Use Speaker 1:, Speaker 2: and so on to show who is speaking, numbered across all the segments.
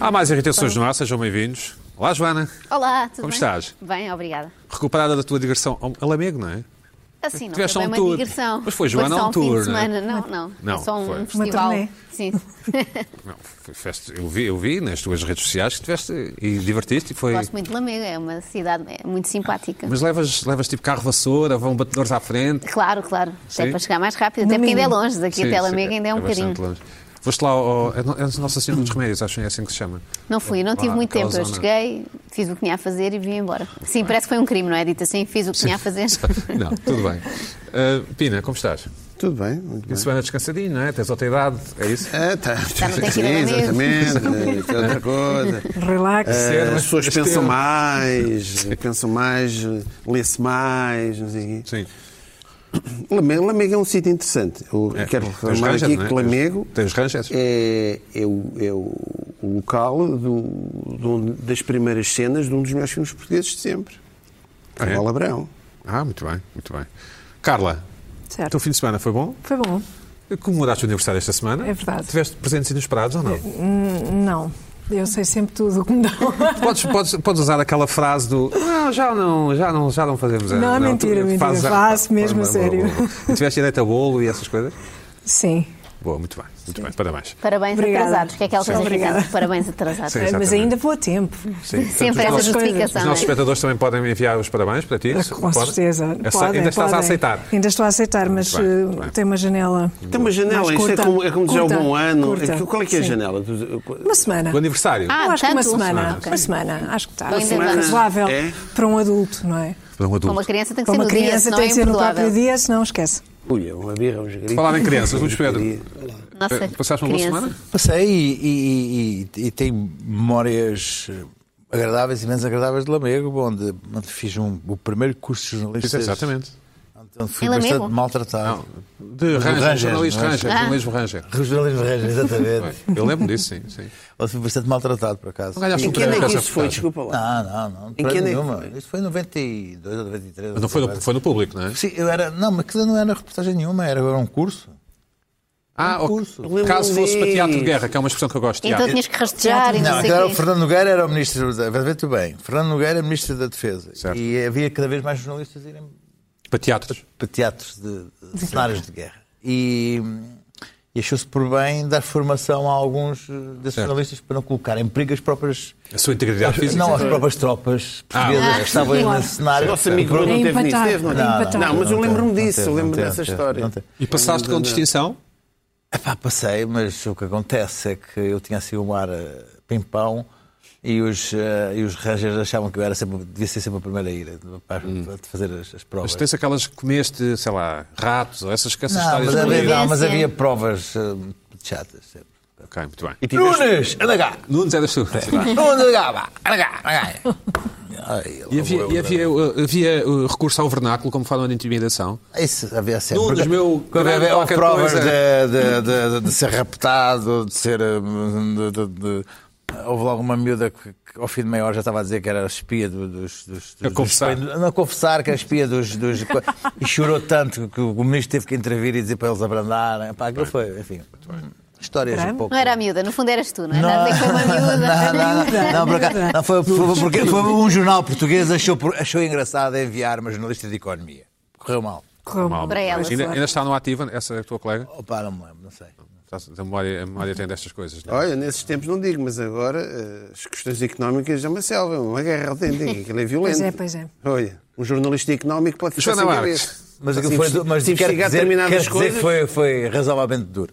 Speaker 1: Há mais irritações no ar, sejam bem-vindos. Olá, Joana.
Speaker 2: é. Olá, tudo
Speaker 1: Como
Speaker 2: bem?
Speaker 1: estás?
Speaker 2: Bem, obrigada.
Speaker 1: Recuperada da tua digressão ao- a Lamego, não é?
Speaker 2: Assim, não
Speaker 1: Tiveste
Speaker 2: foi
Speaker 1: um
Speaker 2: bem
Speaker 1: tour.
Speaker 2: uma digressão.
Speaker 1: Mas foi,
Speaker 2: Foi
Speaker 1: Joana,
Speaker 2: só
Speaker 1: um
Speaker 2: um fim
Speaker 1: tour,
Speaker 2: de semana. Não, não.
Speaker 1: Não,
Speaker 2: foi só um
Speaker 1: foi. Uma
Speaker 2: festival.
Speaker 3: turnê.
Speaker 2: Sim.
Speaker 1: Não, foi festa. Eu vi, eu vi nas tuas redes sociais que tiveste e divertiste e foi.
Speaker 2: Gosto muito de Lamego, é uma cidade é muito simpática.
Speaker 1: Mas levas, levas tipo carro vassoura, vão batedores à frente.
Speaker 2: Claro, claro.
Speaker 1: Sim.
Speaker 2: Até para chegar mais rápido, até porque ainda é longe, daqui
Speaker 1: Sim,
Speaker 2: até
Speaker 1: sim,
Speaker 2: Lamego ainda é um
Speaker 1: bastante
Speaker 2: bocadinho.
Speaker 1: longe. Foste lá ao. É no- é Nossa Senhora dos Remédios, acho que é assim que se chama.
Speaker 2: Não fui, não tive
Speaker 1: Lá,
Speaker 2: muito tempo.
Speaker 1: aquela
Speaker 2: Eu
Speaker 1: zona.
Speaker 2: cheguei, fiz o que tinha a fazer e vim embora. Sim, parece que foi um crime, não é? Dito assim, fiz o que tinha a fazer.
Speaker 1: Não, tudo bem. Ah, Pina, como estás?
Speaker 4: Tudo bem, muito
Speaker 1: Fim
Speaker 4: bem.
Speaker 1: de semana descansadinho, não é? Tens outra idade, é isso?
Speaker 4: É, tá.
Speaker 2: não tem que
Speaker 4: Sim,
Speaker 2: ir ao amigo.
Speaker 4: exatamente. Isso é outra coisa.
Speaker 3: Relax.
Speaker 4: É,
Speaker 1: mas
Speaker 4: as pessoas
Speaker 1: este
Speaker 4: pensam
Speaker 1: é-
Speaker 4: mais, pensam mais, lê-se mais, não sei o quê.
Speaker 1: Sim.
Speaker 4: Lamego, Lamego é um sítio interessante. Eu
Speaker 1: É,
Speaker 4: quero
Speaker 1: tem os
Speaker 4: reclamar
Speaker 1: Ranges,
Speaker 4: aqui
Speaker 1: não é?
Speaker 4: que Lamego
Speaker 1: Tem os Ranges.
Speaker 4: é, é, o, é o o local do- de um- das primeiras cenas de um dos melhores filmes portugueses de sempre.
Speaker 1: Ah, é?
Speaker 4: Carvalho Abrão.
Speaker 1: Ah, muito bem, muito bem. Carla, o teu
Speaker 3: Certo.
Speaker 1: fim de semana foi bom?
Speaker 3: Foi bom.
Speaker 1: Comemoraste o aniversário esta semana?
Speaker 3: É verdade.
Speaker 1: Tiveste presentes inesperados ou não?
Speaker 3: Não. Eu sei sempre tudo o que me dão.
Speaker 1: Podes, podes, podes usar aquela frase do não, já não, já não, já não fazemos anos.
Speaker 3: Não, mentira,
Speaker 1: tu-
Speaker 3: mentira,
Speaker 1: fazes anos."
Speaker 3: faço mesmo,
Speaker 1: Boa,
Speaker 3: a sério.
Speaker 1: boa, boa, boa. E tiveste direito a bolo e essas coisas?
Speaker 3: Sim.
Speaker 1: Boa, muito bem, muito bem, parabéns.
Speaker 2: Parabéns
Speaker 3: Obrigada.
Speaker 2: atrasados, que é aquela coisa que
Speaker 3: Obrigada.
Speaker 2: dizem, Parabéns atrasados.
Speaker 1: Sim.
Speaker 3: Mas
Speaker 1: Exatamente.
Speaker 3: ainda vou a tempo.
Speaker 1: Sim,
Speaker 2: Sempre
Speaker 1: portanto,
Speaker 2: essa
Speaker 1: os, nossos,
Speaker 2: justificação.
Speaker 1: os
Speaker 2: não é?
Speaker 1: nossos espectadores também podem enviar os parabéns para ti?
Speaker 3: Com
Speaker 1: Podem?
Speaker 3: certeza.
Speaker 1: Essa-
Speaker 3: Podem,
Speaker 1: ainda estás a
Speaker 3: podem.
Speaker 1: aceitar.
Speaker 3: Ainda estou a aceitar, mas
Speaker 1: bem,
Speaker 3: eh,
Speaker 1: muito bem.
Speaker 3: tem uma janela.
Speaker 4: Tem uma janela,
Speaker 3: Mais
Speaker 4: isto é
Speaker 3: curta,
Speaker 4: como, é como dizer
Speaker 3: curta,
Speaker 4: o bom ano.
Speaker 3: curta.
Speaker 4: Qual é que é a
Speaker 3: Sim.
Speaker 4: janela?
Speaker 3: Uma semana.
Speaker 1: O aniversário.
Speaker 2: Ah,
Speaker 3: Eu acho que uma
Speaker 2: tanto?
Speaker 3: semana.
Speaker 2: Ah, ok.
Speaker 3: Uma semana. Acho que está.
Speaker 2: Uma
Speaker 3: Assim,
Speaker 2: semana.
Speaker 3: razoável
Speaker 4: É?
Speaker 3: para um adulto, não é?
Speaker 1: Para um
Speaker 2: Para uma
Speaker 1: adulto.
Speaker 2: criança tem que
Speaker 3: Para
Speaker 2: ser
Speaker 3: uma
Speaker 2: no dia,
Speaker 3: criança
Speaker 2: senão
Speaker 3: tem
Speaker 2: é
Speaker 3: que ser no próprio
Speaker 2: imperdoável.
Speaker 3: dia, senão esquece.
Speaker 4: Olha, uma birra, uns gritos.
Speaker 1: Falar em crianças, Luís Pedro.
Speaker 2: Nossa,
Speaker 1: eh, Passaste uma boa
Speaker 2: criança.
Speaker 1: semana?
Speaker 5: Passei e, e, e, e tenho memórias eh, agradáveis e menos agradáveis de Lamego, onde, onde fiz um, o primeiro curso de
Speaker 1: Fiz
Speaker 5: jornalista.
Speaker 1: exatamente.
Speaker 5: Onde fui
Speaker 2: Em É Lamego?
Speaker 5: bastante maltratado.
Speaker 1: De Ranger,
Speaker 5: Ranger,
Speaker 1: jornalista
Speaker 5: não é?
Speaker 1: Ranger,
Speaker 2: Ah.
Speaker 1: jornalismo Ranger.
Speaker 5: Regionalismo de Reis, exatamente.
Speaker 1: Bem, Eu lembro disso, sim. sim.
Speaker 5: onde fui bastante maltratado, por acaso.
Speaker 1: Não ganhaste
Speaker 4: Em
Speaker 1: um
Speaker 4: que ano é
Speaker 1: prémio
Speaker 4: que
Speaker 1: com
Speaker 4: isso
Speaker 1: essa
Speaker 4: foi?
Speaker 1: reportagem.
Speaker 4: Desculpa lá.
Speaker 5: Não, não, não.
Speaker 4: Em que ano é que-
Speaker 5: nenhuma. Isto foi em 92 ou 93.
Speaker 1: Mas não foi no, foi no público, não é?
Speaker 5: Sim, eu era. Não, mas aquilo não era reportagem nenhuma, era, era um curso.
Speaker 1: Ah, ok.
Speaker 5: curso.
Speaker 1: Caso fosse para teatro de
Speaker 4: Lembro-me
Speaker 1: guerra, que é uma expressão que eu gosto.
Speaker 2: Então
Speaker 1: teatro.
Speaker 2: tinhas que é rastejar e não,
Speaker 5: Não,
Speaker 2: sei
Speaker 5: aquele era o
Speaker 2: o quê.
Speaker 5: Fernando Nogueira era o ministro da Defesa. Vê-te bem. Fernando Nogueira era ministro da Defesa.
Speaker 1: Certo.
Speaker 5: E havia cada vez mais jornalistas a irem
Speaker 1: Para teatros.
Speaker 5: para teatros de, de cenários de guerra. E, hum, e achou-se por bem dar formação a alguns eh, desses
Speaker 1: Certo.
Speaker 5: jornalistas para não colocar em perigo as próprias.
Speaker 1: A sua integridade física.
Speaker 5: Não, as próprias tropas portuguesas
Speaker 1: Ah,
Speaker 5: que estavam aí
Speaker 3: claro.
Speaker 5: nesse cenário.
Speaker 4: O é nosso amigo
Speaker 5: Não,
Speaker 4: Bruno
Speaker 3: É
Speaker 4: teve nisso,
Speaker 3: empatar.
Speaker 4: teve, não
Speaker 3: É
Speaker 4: teve?
Speaker 3: empatar.
Speaker 4: Não, mas eu
Speaker 5: não
Speaker 4: lembro-me
Speaker 5: teve, não
Speaker 4: disso,
Speaker 5: teve,
Speaker 4: eu
Speaker 5: não
Speaker 4: lembro
Speaker 5: teve,
Speaker 4: dessa
Speaker 5: não teve,
Speaker 4: história.
Speaker 5: não teve.
Speaker 1: E passaste com distinção?
Speaker 5: Epá, passei, mas o que acontece é que eu tinha assim um ar eh, pimpão e os, eh, e os Rangers achavam que eu era sempre, devia ser sempre a primeira a ir eh, para
Speaker 4: Hum.
Speaker 5: para fazer as, as provas.
Speaker 1: Mas tens aquelas que comeste, sei lá, ratos ou essas, essas
Speaker 5: Não,
Speaker 1: histórias.
Speaker 5: mas é havia,
Speaker 1: horríveis.
Speaker 5: não, mas
Speaker 2: Sobrevivência.
Speaker 5: havia provas eh, chatas sempre.
Speaker 1: Ok, muito bem.
Speaker 5: Nunes, anda cá!
Speaker 1: Nunes, eras tu.
Speaker 5: Nunes, anda cá, vá! Anda cá, anda cá! Ai, lá
Speaker 1: E havia,
Speaker 5: vou
Speaker 1: e
Speaker 5: eu,
Speaker 1: havia, uh, havia, uh, recurso ao vernáculo como forma de intimidação.
Speaker 5: Isso havia sempre.
Speaker 1: Nunes, meu
Speaker 5: Quando
Speaker 1: grande
Speaker 5: havia
Speaker 1: qualquer
Speaker 5: provas de,
Speaker 1: coisa.
Speaker 5: de, de, de ser raptado, de ser. hum, De, de, de- Houve logo uma miúda que, que ao fim de meia hora já estava a dizer que era a espia do- dos. dos, dos
Speaker 1: A confessar.
Speaker 5: dos- não, a confessar que era a espia dos. dos e chorou tanto que o ministro teve que intervir e dizer para eles abrandarem. Pá, aquilo foi, enfim. Histórias um
Speaker 3: Grave.
Speaker 5: pouco.
Speaker 2: Não era a miúda, no fundo eras tu, não é? Não. Nada a dizer que foi uma miúda.
Speaker 5: Não, não, não, não, por acaso, não, foi, foi- porque foi um jornal português achou, por- achou engraçado enviar uma jornalista de economia. Correu mal.
Speaker 3: Correu
Speaker 1: Mal,
Speaker 2: Para
Speaker 1: mas
Speaker 2: elas,
Speaker 1: ainda,
Speaker 3: claro.
Speaker 1: ainda está no ativo, essa é a tua colega?
Speaker 5: Opa, não me lembro, não sei.
Speaker 1: Estás- A memória, a memória tem destas coisas. Não? é?
Speaker 4: Olha, nesses tempos não digo, mas agora eh, as questões económicas é uma selva, uma guerra autêntica, aquilo é violento.
Speaker 3: Pois é, pois é.
Speaker 4: Olha, um jornalista económico pode ficar
Speaker 1: Joana
Speaker 4: sem
Speaker 1: Marques.
Speaker 4: cabeça.
Speaker 5: Mas,
Speaker 4: Pode
Speaker 5: aquilo foi,
Speaker 4: investi-
Speaker 5: mas
Speaker 4: se investigar
Speaker 5: quero dizer, quero
Speaker 4: determinadas
Speaker 5: dizer
Speaker 4: coisas.
Speaker 5: que foi, foi razoavelmente duro.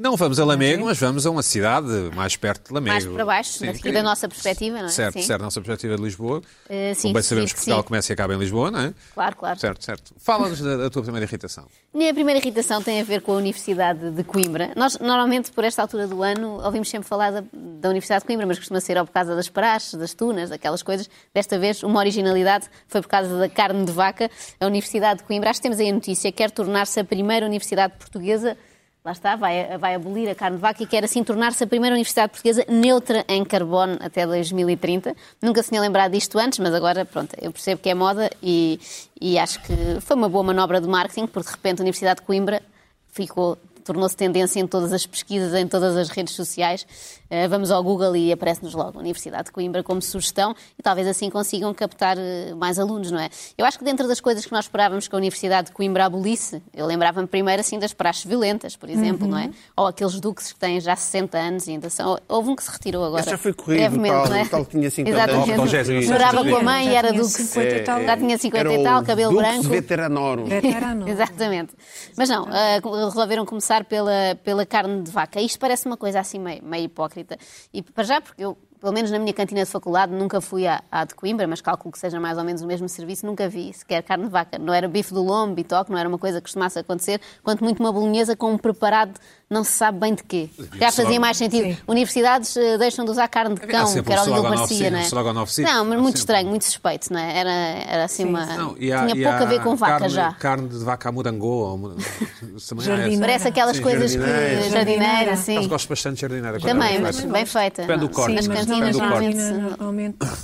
Speaker 1: Não vamos a Lamego, mas vamos a uma cidade mais perto de Lamego.
Speaker 2: Mais para baixo,
Speaker 1: Sim,
Speaker 2: daqui
Speaker 1: que-
Speaker 2: da nossa perspectiva, não é?
Speaker 1: Certo,
Speaker 2: Sim.
Speaker 1: certo, a nossa perspectiva de Lisboa.
Speaker 2: Eh, sim,
Speaker 1: Como bem
Speaker 2: sim,
Speaker 1: sabemos
Speaker 2: sim.
Speaker 1: que Portugal começa e acaba em Lisboa, não é?
Speaker 2: Claro, claro.
Speaker 1: Certo, certo. Fala-nos da, da tua primeira irritação.
Speaker 2: Minha primeira irritação tem a ver com a Universidade de Coimbra. Nós, normalmente, por esta altura do ano, ouvimos sempre falar da, da Universidade de Coimbra, mas costuma ser ou por causa das praxes, das tunas, daquelas coisas. Desta vez, uma originalidade foi por causa da carne de vaca. A Universidade de Coimbra, acho que temos aí a notícia, quer tornar-se a primeira universidade portuguesa. Lá está, vai, vai abolir a carne de vaca e quer assim tornar-se a primeira universidade portuguesa neutra em carbono até 2030. Nunca se tinha lembrado disto antes, mas agora, pronto, eu percebo que é moda e, e acho que foi uma boa manobra de marketing, porque de repente a Universidade de Coimbra ficou tornou-se tendência em todas as pesquisas, em todas as redes sociais. Eh, Vamos ao Google e aparece-nos logo Universidade de Coimbra como sugestão e talvez assim consigam captar eh, mais alunos, não é? Eu acho que dentro das coisas que nós esperávamos que a Universidade de Coimbra abolisse, eu lembrava-me primeiro assim das praxes violentas, por exemplo, não é? Ou aqueles duques que têm já 60 anos e ainda são. Houve um que se retirou agora.
Speaker 4: Esse já foi corrido,
Speaker 2: Brevemente,
Speaker 4: tal-
Speaker 2: não é?
Speaker 4: tal que tinha 50 anos. É,
Speaker 2: Exatamente.
Speaker 1: Tom Jéssica, não sei se
Speaker 2: Morava
Speaker 1: sabia.
Speaker 2: com a mãe e era
Speaker 3: Já tinha
Speaker 2: duque.
Speaker 3: 50 e tal.
Speaker 2: Já tinha 50 e tal, cabelo branco.
Speaker 4: veteranorum.
Speaker 3: Veterano.
Speaker 2: Exatamente. Mas não, ah, resolveram começar pela, pela carne de vaca. Isto parece uma coisa assim meio, meio hipócrita. E para já, porque eu, pelo menos na minha cantina de faculdade, nunca fui à, à de Coimbra, mas calculo que seja mais ou menos o mesmo serviço, nunca vi sequer carne de vaca. Não era bife do lombo, bitoque, não era uma coisa que costumasse acontecer, quanto muito uma bolonhesa com um preparado não se sabe bem de quê. Já fazia mais sentido. Universidades ah, deixam de usar carne de
Speaker 1: Havia
Speaker 2: cão,
Speaker 1: sempre
Speaker 2: que era
Speaker 1: um
Speaker 2: o Lilo
Speaker 1: slogan ao
Speaker 2: Garcia,
Speaker 1: sítio,
Speaker 2: não
Speaker 1: um slogan ao
Speaker 2: é?
Speaker 1: sítio.
Speaker 2: Não, mas
Speaker 1: Há
Speaker 2: muito
Speaker 1: sempre. um.
Speaker 2: estranho, muito suspeito, não é? Era, era assim uma.
Speaker 1: Não, e há- e
Speaker 2: Tinha pouco
Speaker 1: há
Speaker 2: a ver com vaca
Speaker 1: carne,
Speaker 2: já.
Speaker 1: Carne de vaca a morangô. ou mor- também há
Speaker 3: Jardineira.
Speaker 1: essa.
Speaker 2: Parece aquelas
Speaker 1: Sim,
Speaker 2: coisas
Speaker 4: jardineira.
Speaker 2: que. Jardineira,
Speaker 3: Jardineira.
Speaker 1: Eles
Speaker 2: sim.
Speaker 1: gostam bastante de jardineira. quando
Speaker 2: Também,
Speaker 1: eu
Speaker 2: mas
Speaker 1: faço.
Speaker 2: bem feita.
Speaker 1: Depende do corte.
Speaker 3: Sim,
Speaker 2: As
Speaker 3: mas
Speaker 1: depende
Speaker 3: não,
Speaker 2: cantinas
Speaker 1: do
Speaker 3: na
Speaker 1: corte.
Speaker 2: normalmente-
Speaker 3: Argentina,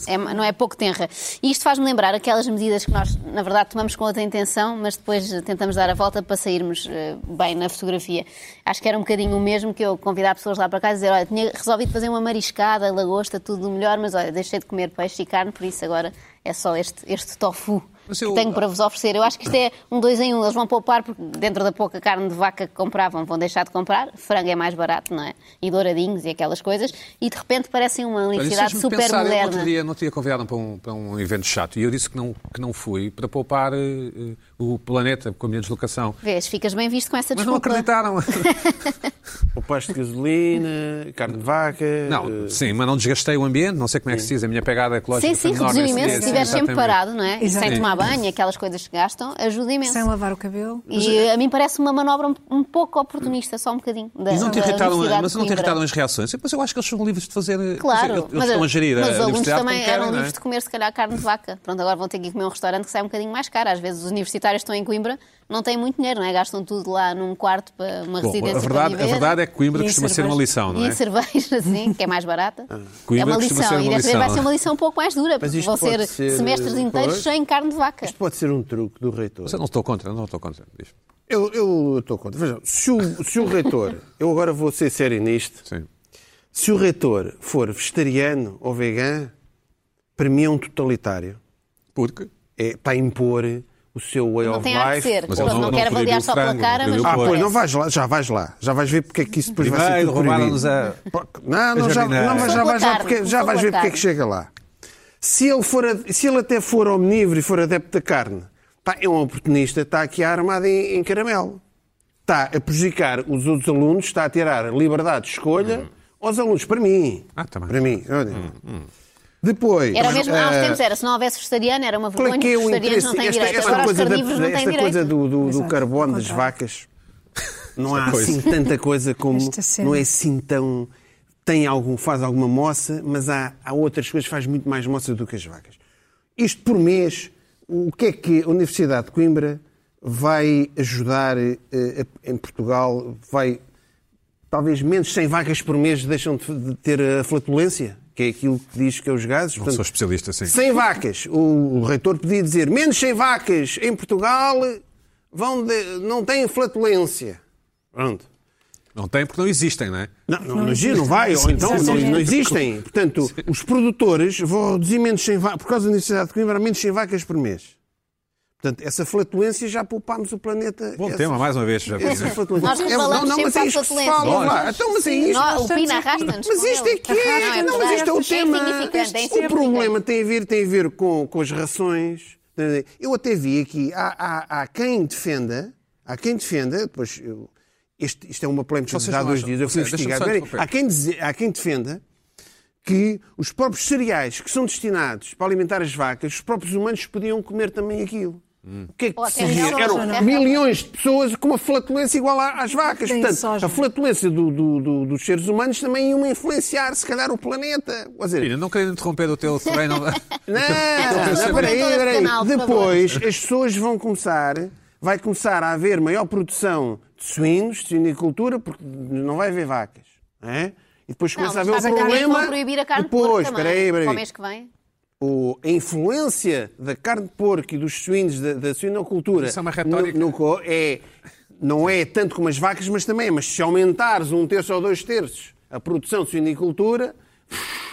Speaker 3: normalmente.
Speaker 2: É- não é pouco tenra. E isto faz-me lembrar aquelas medidas que nós, na verdade, tomamos com outra intenção, mas depois eh, tentamos dar a volta para sairmos eh, bem na fotografia. Acho que era um bocadinho o mesmo que eu convidar pessoas lá para casa e dizer: olha, tinha resolvido fazer uma mariscada, lagosta, tudo o melhor, mas olha, deixei de comer peixe e carne, por isso agora é só este, este tofu.
Speaker 1: Mas
Speaker 2: que
Speaker 1: eu-
Speaker 2: tenho para vos oferecer. Eu acho que isto é um dois em um. Eles vão poupar porque dentro da pouca carne de vaca que compravam vão deixar de comprar. Frango é mais barato, não é? E douradinhos e aquelas coisas. E de repente parecem uma
Speaker 1: Olha, isso
Speaker 2: universidade
Speaker 1: fez-me
Speaker 2: super
Speaker 1: pensar, eu
Speaker 2: moderna.
Speaker 1: outro dia não tinha convidado para um, para um evento chato e eu disse que não, que não fui para poupar eh, eh, o planeta com a minha deslocação.
Speaker 2: Vês, ficas bem visto com essa
Speaker 1: Mas não
Speaker 2: desculpa.
Speaker 1: acreditaram.
Speaker 4: Poupaste gasolina, carne de vaca.
Speaker 1: não,
Speaker 4: eh,
Speaker 1: sim, mas não desgastei o ambiente, não sei como é que se diz, a minha pegada ecológica.
Speaker 2: Sim, sim,
Speaker 1: foi menor
Speaker 2: reduziu
Speaker 1: nesse dia,
Speaker 2: imenso. Se
Speaker 1: sim,
Speaker 2: estiver sempre
Speaker 1: exatamente.
Speaker 2: parado, não é? E sem
Speaker 3: Exato.
Speaker 2: tomar banho, aquelas coisas que gastam, ajuda imenso.
Speaker 3: Sem lavar o cabelo.
Speaker 1: eh,
Speaker 2: E eh, a mim parece uma manobra um, um pouco oportunista, só um bocadinho. Da,
Speaker 1: E não te
Speaker 2: da
Speaker 1: irritaram,
Speaker 2: Universidade
Speaker 1: mas
Speaker 2: de
Speaker 1: não te
Speaker 2: Coimbra.
Speaker 1: irritaram as reações? Mas eu acho que eles são livres de fazer. quer dizer,
Speaker 2: Claro,
Speaker 1: eles
Speaker 2: mas,
Speaker 1: estão a gerir
Speaker 2: mas
Speaker 1: a
Speaker 2: os alunos
Speaker 1: universidade
Speaker 2: também
Speaker 1: como querem,
Speaker 2: eram
Speaker 1: não é?
Speaker 2: livres de comer, se calhar, carne de vaca. Pronto, agora vão ter que ir comer um restaurante que sai um bocadinho mais caro. Às vezes os universitários estão em Coimbra, não têm muito dinheiro, não é? Gastam tudo lá num quarto para uma
Speaker 1: Bom,
Speaker 2: residência
Speaker 1: a, verdade,
Speaker 2: para
Speaker 1: a
Speaker 2: viver.
Speaker 1: verdade é que Coimbra
Speaker 3: E em
Speaker 1: costuma ser uma
Speaker 3: cerveja.
Speaker 1: lição, não
Speaker 2: E
Speaker 1: é?
Speaker 2: a cerveja, sim, que é mais barata.
Speaker 1: Coimbra
Speaker 2: é uma
Speaker 1: costuma
Speaker 2: lição.
Speaker 1: ser uma
Speaker 2: e desta vez
Speaker 1: lição,
Speaker 2: vai
Speaker 1: não
Speaker 2: ser
Speaker 1: é?
Speaker 2: uma lição um pouco mais dura, porque
Speaker 4: isto
Speaker 2: vão ser,
Speaker 4: pode ser,
Speaker 2: semestres
Speaker 4: eh,
Speaker 2: inteiros
Speaker 4: pois.
Speaker 2: sem carne de vaca.
Speaker 4: Isto pode ser um truque do reitor.
Speaker 1: Mas eu não estou contra, não estou contra. Diz.
Speaker 4: Eu, eu estou contra. Vejam, se o, se o reitor, eu agora vou ser sério nisto,
Speaker 1: Sim.
Speaker 4: se o reitor for vegetariano ou vegan, para mim é um totalitário.
Speaker 1: Porque.
Speaker 4: É, está a impor o seu way
Speaker 2: Não
Speaker 4: of
Speaker 2: tem a
Speaker 4: life.
Speaker 2: ser.
Speaker 1: Mas
Speaker 2: Pronto,
Speaker 1: eu não-
Speaker 2: não
Speaker 1: não
Speaker 2: quero
Speaker 1: proibi
Speaker 2: avaliar
Speaker 1: o
Speaker 2: só pela
Speaker 1: frango,
Speaker 2: cara,
Speaker 1: não proibi
Speaker 2: mas
Speaker 1: o
Speaker 4: Ah,
Speaker 1: porco.
Speaker 4: pois, não vais lá, já vais lá. Já vais ver porque é que isso depois vai ser
Speaker 1: Primeiro
Speaker 4: tudo proibido.
Speaker 1: roubaram-nos a-
Speaker 4: Não, não,
Speaker 1: a
Speaker 4: já,
Speaker 1: jardineira.
Speaker 4: não, mas já
Speaker 2: Começou
Speaker 4: vais lá
Speaker 2: tarde,
Speaker 4: porque, já
Speaker 2: começou
Speaker 4: vais ver porque é que
Speaker 2: tarde.
Speaker 4: chega lá. Se ele, for, a- se ele até for omnívoro e for adepto da carne, pá, é um oportunista, está aqui armado em, em caramelo. Está a prejudicar os outros alunos, está a tirar a liberdade de escolha aos alunos, para mim.
Speaker 1: Hum. Ah, tá bem. hum.
Speaker 4: Para mim. olha. Depois.
Speaker 2: Era mesmo, há uns
Speaker 4: eh,
Speaker 2: tempos era, se não houvesse vegetariano, era uma
Speaker 4: qual
Speaker 2: vergonha,
Speaker 4: é que é
Speaker 2: os
Speaker 4: o
Speaker 2: vegetarianos
Speaker 4: interesse?
Speaker 2: não têm
Speaker 4: Esta,
Speaker 2: direito.
Speaker 4: esta
Speaker 2: Agora os
Speaker 4: coisa, da-
Speaker 2: carnívoros não têm
Speaker 4: esta coisa
Speaker 2: direito.
Speaker 4: do, do- do
Speaker 3: Exato,
Speaker 4: carbono
Speaker 3: ao
Speaker 4: das
Speaker 3: contrário.
Speaker 4: vacas, não há
Speaker 1: coisa.
Speaker 4: assim tanta coisa como.
Speaker 3: Esta cena.
Speaker 4: Não é assim tão. Tem algum, faz alguma moça, mas há, há outras coisas que faz muito mais moça do que as vacas. Isto por mês, o que é que a Universidade de Coimbra vai ajudar eh, a- em Portugal? Vai talvez menos 100 vacas por mês deixam de de ter a flatulência, que é aquilo que diz que é os gases.
Speaker 1: Não
Speaker 4: Portanto,
Speaker 1: sou especialista, sim.
Speaker 4: 100 vacas. O, o reitor podia dizer menos 100 vacas em Portugal vão de- não têm flatulência. Pronto.
Speaker 1: Não tem porque não existem, não é?
Speaker 4: Não, não, não, existe, não vai, ou então não,
Speaker 3: Exatamente.
Speaker 4: não existem. Portanto, os produtores vão reduzir menos 100 vacas, por causa da Universidade de Coimbra, menos 100 vacas por mês. Portanto, essa flatulência já poupámos o planeta.
Speaker 1: Bom
Speaker 4: essa,
Speaker 1: tema, mais uma vez. Já
Speaker 4: Essa
Speaker 1: disse, né?
Speaker 4: flatulência.
Speaker 2: Nós
Speaker 4: É, não,
Speaker 2: falamos
Speaker 4: não, mas
Speaker 2: sempre
Speaker 4: é
Speaker 2: à
Speaker 4: isto que se
Speaker 2: flatulência.
Speaker 4: fala. lá. Então, mas é isto.
Speaker 2: Não, o
Speaker 3: estamos
Speaker 2: Pina
Speaker 3: aqui.
Speaker 2: arrasta-nos.
Speaker 4: Mas
Speaker 2: com
Speaker 4: isto
Speaker 2: ele.
Speaker 4: é que é,
Speaker 2: Não,
Speaker 4: não, mas isto é o
Speaker 2: verdade,
Speaker 4: tema.
Speaker 2: insignificante, é
Speaker 4: o
Speaker 2: insignificante.
Speaker 4: um problema tem a ver, tem a ver com, com as rações. Eu até vi aqui, há, há, há quem defenda, há quem defenda, depois eu- este, isto é uma polémica
Speaker 1: Vocês
Speaker 4: de há
Speaker 1: não
Speaker 4: dois
Speaker 1: acham?
Speaker 4: dias, eu fui
Speaker 1: Deixa-me só
Speaker 4: investigar.
Speaker 1: interromper.
Speaker 4: Espera aí. Há quem, dize- há quem defenda que os próprios cereais que são destinados para alimentar as vacas, os próprios humanos podiam comer também aquilo.
Speaker 1: Hum.
Speaker 4: O que é que
Speaker 2: Ou até
Speaker 4: surgia?
Speaker 2: soja,
Speaker 4: Eram
Speaker 2: não é?
Speaker 4: milhões de pessoas com uma flatulência igual à- às vacas.
Speaker 3: Nem
Speaker 4: Portanto,
Speaker 3: soja.
Speaker 4: a flatulência do- do- do- dos seres humanos também ia influenciar, se calhar, o planeta. Quer dizer,
Speaker 1: Pina, não querendo interromper o teu treino.
Speaker 4: não,
Speaker 2: não,
Speaker 4: não,
Speaker 2: comentou
Speaker 4: peraí,
Speaker 2: esse
Speaker 4: peraí.
Speaker 2: canal, por
Speaker 4: Depois as pessoas vão começar, vai começar a haver maior produção de suínos, de suinicultura, porque não vai haver vacas. não é? E depois
Speaker 2: Não,
Speaker 4: começa a
Speaker 2: mas
Speaker 4: haver um
Speaker 2: sabes que também
Speaker 4: problema.
Speaker 2: vão proibir a carne de porco
Speaker 4: depois,
Speaker 2: também,
Speaker 4: peraí,
Speaker 2: para o
Speaker 4: peraí.
Speaker 2: mês que vem.
Speaker 4: O- a influência da carne de porco e dos suínos, da, da suinocultura
Speaker 1: Isso é uma retórica.
Speaker 4: No, no co- é Não é tanto como as vacas, mas também é. Mas se aumentares um terço ou dois terços a produção de suinicultura,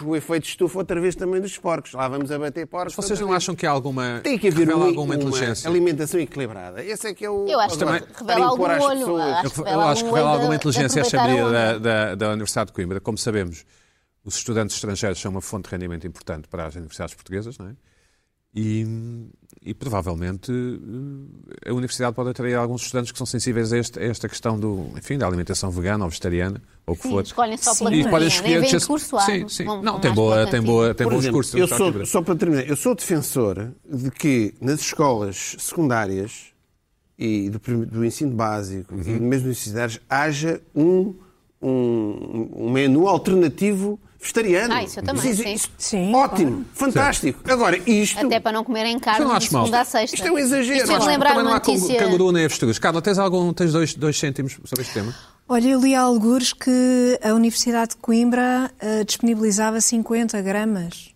Speaker 4: o efeito estufa outra vez também dos porcos. Lá vamos abater porcos.
Speaker 1: Vocês
Speaker 4: outra
Speaker 1: não
Speaker 4: vez.
Speaker 1: acham que há alguma,
Speaker 4: Tem que haver
Speaker 1: revela
Speaker 4: um-
Speaker 1: alguma
Speaker 4: uma
Speaker 1: inteligência?
Speaker 4: alimentação equilibrada. Esse é que é o...
Speaker 2: Eu acho
Speaker 4: Agora,
Speaker 2: que
Speaker 4: estar
Speaker 2: revela
Speaker 4: a impor
Speaker 2: algum
Speaker 4: às
Speaker 2: olho.
Speaker 4: pessoas-
Speaker 2: Acho que
Speaker 1: Eu, eu acho que revela alguma
Speaker 2: olho de- de
Speaker 1: inteligência esta
Speaker 2: aproveitar um, né? a
Speaker 1: medida da,
Speaker 2: onda.
Speaker 1: da- da Universidade de Coimbra. Como sabemos, os estudantes estrangeiros são uma fonte de rendimento importante para as universidades portuguesas, não é? E, e provavelmente eh, a universidade pode atrair alguns estudantes que são sensíveis a, este- a esta questão do, enfim, da alimentação vegana ou vegetariana, ou o que
Speaker 2: Sim,
Speaker 1: for.
Speaker 2: escolhem só
Speaker 3: Sim.
Speaker 2: pela né?
Speaker 3: E
Speaker 2: cozinha,
Speaker 1: podem
Speaker 2: nem vêm
Speaker 1: just-
Speaker 2: de curso há,
Speaker 1: Sim, sim.
Speaker 2: vão-
Speaker 1: Não,
Speaker 2: vão
Speaker 1: tem,
Speaker 2: mais assim.
Speaker 1: boa,
Speaker 2: pela
Speaker 1: tem,
Speaker 2: cantina.
Speaker 1: boa, tem
Speaker 4: Por
Speaker 1: bons
Speaker 4: exemplo,
Speaker 1: cursos. é um
Speaker 4: eu
Speaker 1: sabe,
Speaker 4: sou,
Speaker 1: Coimbra?
Speaker 4: só para terminar, eu sou defensor de que nas escolas secundárias e do, prim- do ensino básico
Speaker 1: Uhum.
Speaker 4: e mesmo nas universidades haja um, um, um menu alternativo vegetariano.
Speaker 2: Ah, isso eu também, sim.
Speaker 3: Sim,
Speaker 4: ótimo, fantástico. Agora, isto,
Speaker 2: Até para não comerem carne
Speaker 1: Eu não
Speaker 2: de
Speaker 1: acho mal.
Speaker 2: segunda à sexta.
Speaker 4: isto é um exagero.
Speaker 2: Isto fez
Speaker 4: Acho que
Speaker 2: lembrar
Speaker 1: Também não
Speaker 2: uma
Speaker 1: há can-
Speaker 2: notícia...
Speaker 1: canguru nem avestruz. Carla, tens, algum, tens dois, dois cêntimos sobre este tema?
Speaker 3: Olha, eu li há algures que a Universidade de Coimbra eh, disponibilizava 50 gramas,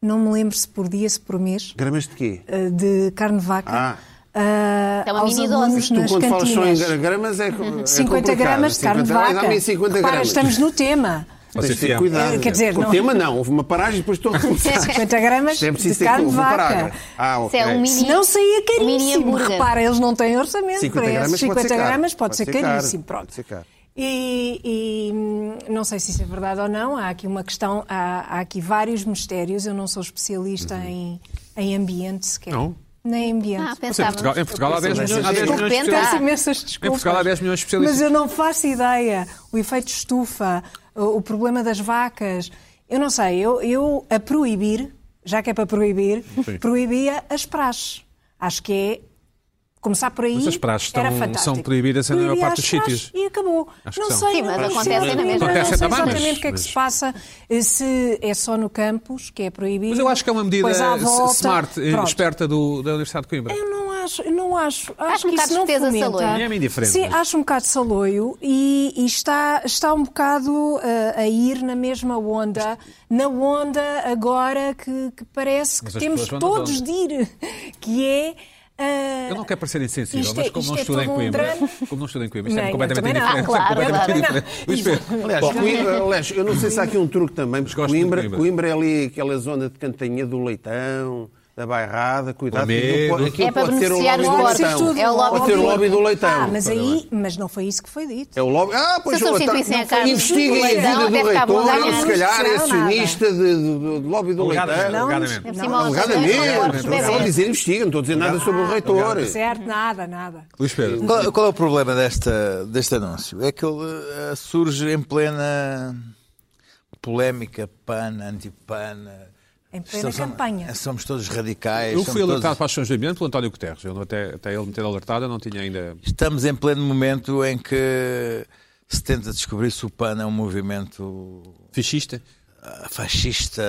Speaker 3: não me lembro se por dia, se por mês,
Speaker 4: Gramas de quê?
Speaker 3: eh, de carne de vaca.
Speaker 4: Ah.
Speaker 3: eh,
Speaker 2: É uma
Speaker 3: aos
Speaker 2: mini dose.
Speaker 3: alunos
Speaker 2: Tu,
Speaker 4: Tu,
Speaker 3: nas
Speaker 4: quando falas só em
Speaker 3: cantinas.
Speaker 4: gra- gramas, é, é
Speaker 3: 50
Speaker 4: complicado.
Speaker 3: gramas de carne de
Speaker 4: 50 gramas,
Speaker 3: vaca.
Speaker 4: dá-me 50
Speaker 3: Repara,
Speaker 4: gramas.
Speaker 3: estamos no tema.
Speaker 4: Tens de
Speaker 1: Você
Speaker 4: ter
Speaker 1: fiar.
Speaker 4: cuidado.
Speaker 3: Eh, quer dizer,
Speaker 4: Com o
Speaker 3: não-
Speaker 4: tema não, houve uma paragem e depois estou a começar.
Speaker 3: 50 gramas
Speaker 4: Isto é
Speaker 3: de
Speaker 4: preciso ter
Speaker 3: carne de
Speaker 4: houve um
Speaker 3: vaca.
Speaker 4: parágrafo. Ah,
Speaker 2: Isso
Speaker 4: ok.
Speaker 2: é um mini-
Speaker 3: Se não saía
Speaker 2: Mini
Speaker 3: caríssimo.
Speaker 2: hambúrguer.
Speaker 3: Repara, eles não têm orçamento
Speaker 4: 50
Speaker 3: para esses.
Speaker 4: gramas pode
Speaker 3: 50
Speaker 4: ser caro.
Speaker 3: gramas pode,
Speaker 4: Pode
Speaker 3: ser
Speaker 4: ser caro,
Speaker 3: caríssimo. Pronto.
Speaker 4: pode ser caro.
Speaker 3: E, e, hum, não sei se isso é verdade ou não, há aqui uma questão, há, há aqui vários mistérios. Eu não sou especialista
Speaker 4: Uhum.
Speaker 3: em, em ambiente sequer.
Speaker 1: Não?
Speaker 3: Nem em ambiente.
Speaker 2: Ah,
Speaker 1: Mas em
Speaker 2: pensava.
Speaker 1: Portugal, em Portugal há 10
Speaker 4: Pensava
Speaker 1: milhões, há
Speaker 4: nessas
Speaker 1: 10 milhões de
Speaker 2: coisas.
Speaker 1: pessoas.
Speaker 3: Peço
Speaker 2: Ah.
Speaker 3: imensas desculpas.
Speaker 1: Em Portugal há 10 milhões de especialistas.
Speaker 3: Mas eu não faço ideia. O efeito estufa, o o problema das vacas. Eu não sei, eu, eu a proibir, já que é para proibir,
Speaker 1: Sim.
Speaker 3: proibia as praxes. Acho que é. Começar por aí.
Speaker 1: Mas as praxes estão-
Speaker 3: era fantástico.
Speaker 1: são proibidas na maior
Speaker 3: Proibia
Speaker 1: parte dos
Speaker 3: as praxes
Speaker 1: sítios.
Speaker 3: E acabou.
Speaker 1: Acho
Speaker 3: não
Speaker 1: que são.
Speaker 3: sei,
Speaker 2: Sim, mas
Speaker 3: não
Speaker 2: acontece
Speaker 3: sei,
Speaker 2: na mesma.
Speaker 3: não
Speaker 1: Acontece
Speaker 3: sei
Speaker 1: também, mas-
Speaker 3: exatamente o que é que
Speaker 1: mas-
Speaker 3: se passa. Se é só no campus, que é proibido.
Speaker 1: Mas eu acho que é uma medida
Speaker 3: depois à volta.
Speaker 1: smart, eh,
Speaker 3: Pronto. É
Speaker 1: esperta do- da Universidade de Coimbra.
Speaker 3: Eu não acho, eu não acho. Acho,
Speaker 2: um
Speaker 3: que
Speaker 2: bocado
Speaker 3: isso não
Speaker 2: despesa
Speaker 3: fomenta.
Speaker 2: saloio.
Speaker 1: É-me É indiferente,
Speaker 3: Sim,
Speaker 1: mas-
Speaker 3: acho um bocado saloio e, e está, está um bocado eh, a ir na mesma onda, na onda agora que, que parece
Speaker 1: Mas
Speaker 3: que
Speaker 1: as
Speaker 3: temos
Speaker 1: pessoas vão na
Speaker 3: todos de ir, que é... eh,
Speaker 1: Eu não quero parecer insensível,
Speaker 3: Isto é-
Speaker 1: mas como não
Speaker 3: isto é
Speaker 1: estudo em
Speaker 3: todo um
Speaker 1: Coimbra,
Speaker 3: drama.
Speaker 1: como não estudo em Coimbra, isto é
Speaker 3: Não, eu
Speaker 1: completamente
Speaker 3: também não.
Speaker 1: indiferente.
Speaker 3: Ah, claro,
Speaker 1: é completamente
Speaker 3: claro.
Speaker 1: indiferente. Luís Pedro,
Speaker 4: Aliás, Coimbra, aliás, eu não sei se há aqui um truque também, porque
Speaker 1: gosto muito de
Speaker 4: Coimbra,
Speaker 1: Coimbra.
Speaker 4: Coimbra é ali aquela zona de cantanha do leitão, da bairrada, cuidado, que aquilo
Speaker 1: Lamedo.
Speaker 4: pode- aquilo
Speaker 2: É para
Speaker 4: pode ser o
Speaker 2: beneficiar
Speaker 4: lobby
Speaker 2: os
Speaker 4: do
Speaker 2: porcos.
Speaker 4: leitão.
Speaker 2: É o lobby
Speaker 4: Pode ser o
Speaker 2: do-
Speaker 4: lobby do
Speaker 3: um Ah,
Speaker 4: leitão.
Speaker 3: mas aí, mas não foi isso que foi dito.
Speaker 4: É o lobby. Ah, pois
Speaker 2: Se substituíssem a carne
Speaker 4: Investiguem
Speaker 2: do
Speaker 4: a
Speaker 2: leitão,
Speaker 4: vida do
Speaker 2: deve estar bom
Speaker 4: leitor,
Speaker 2: ganhar.
Speaker 4: se calhar é
Speaker 3: Não, nada.
Speaker 4: acionista de- do do- do lobby do leitão.
Speaker 1: Alegadamente,
Speaker 3: Não,
Speaker 1: alegadamente.
Speaker 2: Por
Speaker 3: não,
Speaker 2: cima, eles
Speaker 4: Alegadamente,
Speaker 2: são porcos
Speaker 4: estou é só a
Speaker 2: bebés.
Speaker 4: dizer investiguem, não estou a dizer nada sobre o reitor.
Speaker 3: Certo, nada, nada.
Speaker 1: Luís Pedro,
Speaker 5: Qual, qual é o problema desta, deste anúncio? É que ele eh, surge em plena polémica pana, antipana.
Speaker 3: Em plena campanha.
Speaker 5: Somos todos radicais.
Speaker 1: eu
Speaker 5: somos
Speaker 1: fui alertado
Speaker 5: todos-
Speaker 1: para as São Juliano pelo António Guterres. Eu não- até, até ele me ter alertado, eu não tinha ainda.
Speaker 5: Estamos em pleno momento em que se tenta descobrir se o PAN é um movimento
Speaker 1: Fichista.
Speaker 5: ah, fascista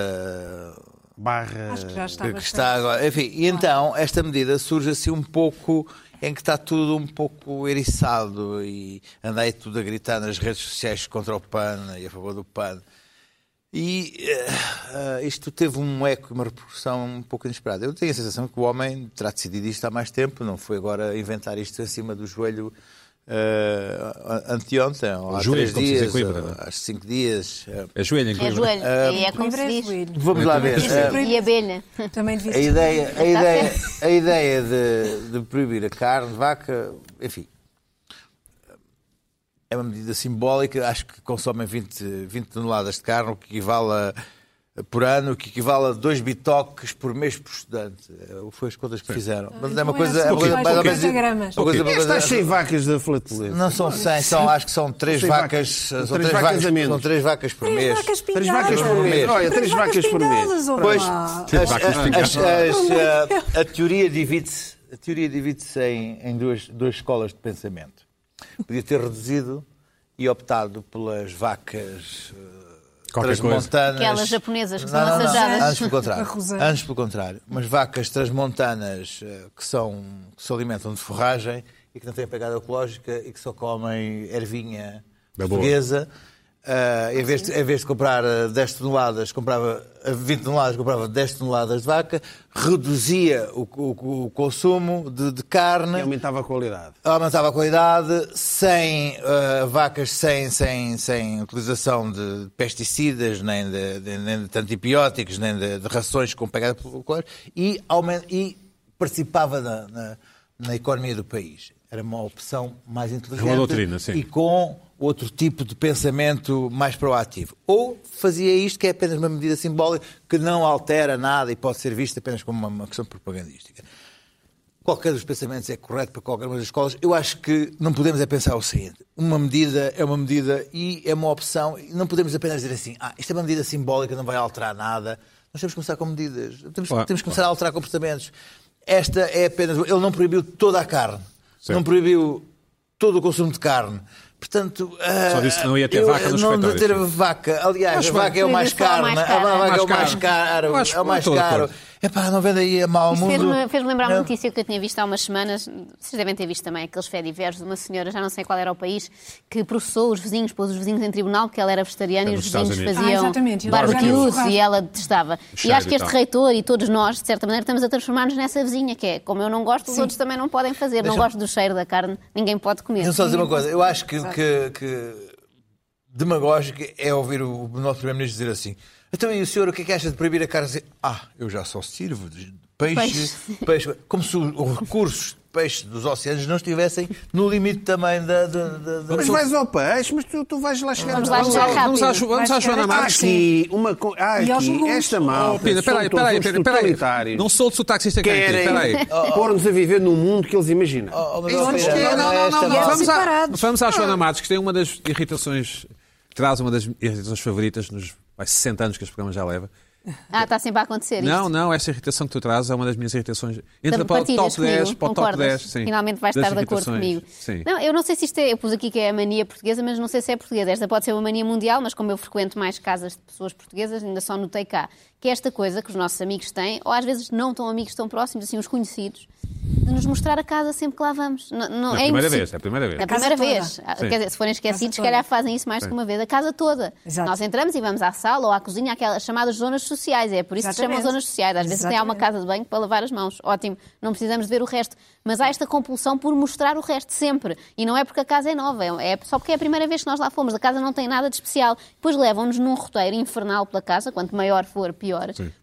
Speaker 4: Barra.
Speaker 3: Acho que já
Speaker 5: que-
Speaker 3: estava.
Speaker 5: que está agora. Enfim, e então esta medida surge assim um pouco em que está tudo um pouco eriçado e andei tudo a gritar nas redes sociais contra o PAN e a favor do PAN. E eh, ah, isto teve um eco e uma repercussão um pouco inesperada. Eu tenho a sensação que o homem terá decidido isto há mais tempo, não foi agora inventar isto em cima do joelho eh, anteontem, ou há
Speaker 1: joelho,
Speaker 5: três
Speaker 1: como se diz em
Speaker 5: dias,
Speaker 1: Coimbra,
Speaker 5: ou
Speaker 1: não é?
Speaker 5: há cinco dias. eh.
Speaker 1: É joelho em
Speaker 2: É
Speaker 1: Coimbra.
Speaker 2: joelho. E é como se diz.
Speaker 3: Também
Speaker 5: Vamos lá ver. eh,
Speaker 2: E abelha.
Speaker 3: devia
Speaker 5: a
Speaker 3: ser.
Speaker 5: ideia, a ideia, a ideia de, de proibir a carne de vaca, enfim, é uma medida simbólica. Acho que consomem 20, 20 toneladas de carne, o que equivale a, por ano, o que equivale a dois bitoques por mês por estudante. Eh, Foi as contas que fizeram. Mas é uma
Speaker 3: Então
Speaker 5: coisa.
Speaker 3: era
Speaker 5: é uma coisa
Speaker 3: mais
Speaker 5: mais ou
Speaker 3: 50
Speaker 5: menos-
Speaker 3: gramas.
Speaker 5: uma coisa- uma
Speaker 4: Estas
Speaker 5: coisa-
Speaker 4: 100 vacas da flatulência.
Speaker 5: Não são 100, são, acho que são 3
Speaker 4: Seis vacas.
Speaker 5: vacas.
Speaker 4: São
Speaker 5: São
Speaker 4: três
Speaker 5: 3
Speaker 4: vacas
Speaker 5: vacas,
Speaker 4: a menos.
Speaker 5: são três vacas por
Speaker 3: Três
Speaker 5: mês.
Speaker 3: vacas
Speaker 4: Três
Speaker 3: pingadas.
Speaker 4: vacas por mês. Olha, três vacas por mês.
Speaker 5: Pois,
Speaker 1: Três
Speaker 5: as-
Speaker 1: vacas
Speaker 5: as-
Speaker 1: pingadas.
Speaker 5: as- as- a, a teoria divide-se a teoria divide-se em, em duas, duas escolas de pensamento. Podia ter reduzido e optado pelas vacas eh,
Speaker 1: Qualquer coisa.
Speaker 5: transmontanas.
Speaker 2: Aquelas japonesas que
Speaker 5: Não,
Speaker 2: são
Speaker 5: não, não,
Speaker 2: assajadas.
Speaker 5: Antes pelo contrário.
Speaker 3: Arrozadas.
Speaker 5: Antes pelo contrário. Umas vacas transmontanas eh, que, são, que se alimentam de forragem e que não têm pegada ecológica e que só comem ervinha
Speaker 1: Da boa.
Speaker 5: portuguesa. Ah, em, vez de, em vez de comprar ah, 10 toneladas, comprava ah, 20 toneladas, comprava 10 toneladas de vaca, reduzia o, o- o consumo de, de carne,
Speaker 4: E aumentava a qualidade.
Speaker 5: aumentava a qualidade, sem ah, vacas sem, sem, sem utilização de pesticidas, nem de, de- nem de antibióticos, nem de, de rações com pegada pelo cloro, e, aumen- e participava na, na- na economia do país. Era uma opção mais inteligente
Speaker 1: É doutrina, sim.
Speaker 5: e com outro tipo de pensamento mais proativo. Ou fazia isto, que é apenas uma medida simbólica, que não altera nada e pode ser vista apenas como uma- uma questão propagandística qualquer dos pensamentos é correto para qualquer uma das escolas. Eu acho que não podemos é pensar o seguinte: uma medida é uma medida e é uma opção. E Não podemos apenas dizer assim, ah, isto é uma medida simbólica, não vai alterar nada. Nós temos que começar com medidas, temos,
Speaker 1: Claro,
Speaker 5: temos
Speaker 1: claro.
Speaker 5: que começar a alterar comportamentos. Esta é apenas. Ele não proibiu toda a carne,
Speaker 1: Certo.
Speaker 5: não proibiu todo o consumo de carne. Portanto,
Speaker 1: Só
Speaker 5: ah,
Speaker 1: disse que não ia ter vaca nos
Speaker 5: não de ter
Speaker 1: refeitórios.
Speaker 5: vaca. Aliás,
Speaker 1: Acho
Speaker 5: a vaca é o
Speaker 2: bem.
Speaker 5: mais
Speaker 2: Proibiu só a
Speaker 5: caro.
Speaker 2: mais
Speaker 5: né? A
Speaker 2: cara.
Speaker 5: vaca é o
Speaker 1: Mais
Speaker 5: mais
Speaker 1: caro.
Speaker 5: caro.
Speaker 1: Eu acho-
Speaker 5: É o mais
Speaker 1: eu estou de
Speaker 5: caro.
Speaker 1: acordo.
Speaker 5: Epá, não vende aí a mau
Speaker 2: Isso
Speaker 5: mundo. É.
Speaker 2: Fez-me fez lembrar uma
Speaker 5: Não.
Speaker 2: notícia que eu tinha visto há umas semanas, vocês devem ter visto também aqueles fediversos de uma senhora, já não sei qual era o país, que processou os vizinhos, pôs os vizinhos em tribunal porque ela era vegetariana
Speaker 1: É
Speaker 2: e
Speaker 1: nos
Speaker 2: os vizinhos
Speaker 1: Estados Unidos.
Speaker 3: Ah,
Speaker 2: faziam
Speaker 3: exatamente, e ela
Speaker 2: barbecues
Speaker 3: fazia
Speaker 2: e ela detestava. E
Speaker 1: Cheiro
Speaker 2: acho que
Speaker 1: e
Speaker 2: este
Speaker 1: tal.
Speaker 2: reitor e todos nós, de certa maneira, estamos a transformar-nos nessa vizinha, que é como eu não gosto, os outros também não podem fazer. Não
Speaker 5: Deixa-me-
Speaker 2: gosto do cheiro da carne, ninguém pode comer.
Speaker 5: Eu só dizer uma coisa, eu acho que, que, que demagógico é ouvir o nosso Primeiro-Ministro dizer assim: então e o senhor o que é que acha de proibir a carne? Dizer, ah, eu já só sirvo de peixe, peixe. como se o- os recursos de peixe dos oceanos não estivessem no limite também da. da, da- da-
Speaker 4: Mas vais ao peixe, mas tu, tu vais lá chegar
Speaker 2: Vamos
Speaker 4: a-
Speaker 2: lá chegar rápido.
Speaker 1: Vamos à, Jo- vamos à
Speaker 3: Vai chegar
Speaker 1: Joana
Speaker 3: a
Speaker 4: Há
Speaker 1: Marques.
Speaker 3: taxa.
Speaker 4: aqui uma co- há
Speaker 3: E aos
Speaker 4: aqui
Speaker 3: legumes.
Speaker 4: esta
Speaker 1: Oh,
Speaker 4: malta.
Speaker 1: Pina, espera aí,
Speaker 4: são
Speaker 1: espera aí,
Speaker 4: todos
Speaker 1: espera
Speaker 4: uns
Speaker 1: aí.
Speaker 4: totalitários.
Speaker 1: Não soltes o taxista crítico, espera aí.
Speaker 4: Querem pôr-nos a viver num mundo que eles imaginam.
Speaker 5: Oh, mas,
Speaker 1: Não,
Speaker 5: ó, Pedro,
Speaker 1: não,
Speaker 5: é Ah.
Speaker 1: não, não, não,
Speaker 5: esta malta.
Speaker 1: Vamos, à,
Speaker 3: separados.
Speaker 1: vamos à Joana Matos, que tem uma das irritações, que traz uma das irritações favoritas nos mais 60 anos que este programa já leva.
Speaker 2: Ah, está sempre a
Speaker 5: É
Speaker 2: acontecer isto.
Speaker 1: Não, não, essa irritação que tu trazes é uma das minhas irritações. Entra
Speaker 2: Então,
Speaker 1: para o
Speaker 2: partilhas
Speaker 1: top 10,
Speaker 2: comigo,
Speaker 1: para o top
Speaker 2: concordas?
Speaker 1: 10. Sim,
Speaker 2: Finalmente vais
Speaker 1: das
Speaker 2: estar de acordo
Speaker 1: irritações.
Speaker 2: comigo.
Speaker 1: Sim.
Speaker 2: Não, eu não sei se isto é, eu pus aqui que é a mania portuguesa, mas não sei se é portuguesa. Esta pode ser uma mania mundial, mas como eu frequento mais casas de pessoas portuguesas, ainda só notei cá, que é esta coisa que os nossos amigos têm, ou às vezes não tão amigos tão próximos, assim, os conhecidos, de nos mostrar a casa sempre que lá vamos. Não, não-
Speaker 1: Não, é a
Speaker 2: é
Speaker 1: primeira
Speaker 2: impossível.
Speaker 1: vez, é a primeira vez.
Speaker 2: É a primeira
Speaker 3: Casa
Speaker 2: vez. Ah,
Speaker 1: Sim.
Speaker 2: Quer dizer, se forem esquecidos,
Speaker 3: Casa
Speaker 2: se
Speaker 3: toda.
Speaker 2: calhar fazem isso mais que uma vez. A casa toda.
Speaker 3: Exato.
Speaker 2: Nós entramos e vamos à sala ou à cozinha, aquelas chamadas zonas sociais. É por isso que se chamam
Speaker 3: Exatamente.
Speaker 2: zonas sociais. Às vezes até há uma
Speaker 3: Exatamente.
Speaker 2: casa de banho para lavar as mãos. Ótimo. Não precisamos de ver o resto. Mas há esta compulsão por mostrar o resto sempre. E não é porque a casa é nova. É é só porque é a primeira vez que nós lá fomos. A casa não tem nada de especial. Depois levam-nos num roteiro infernal pela casa. Quanto maior for, pior.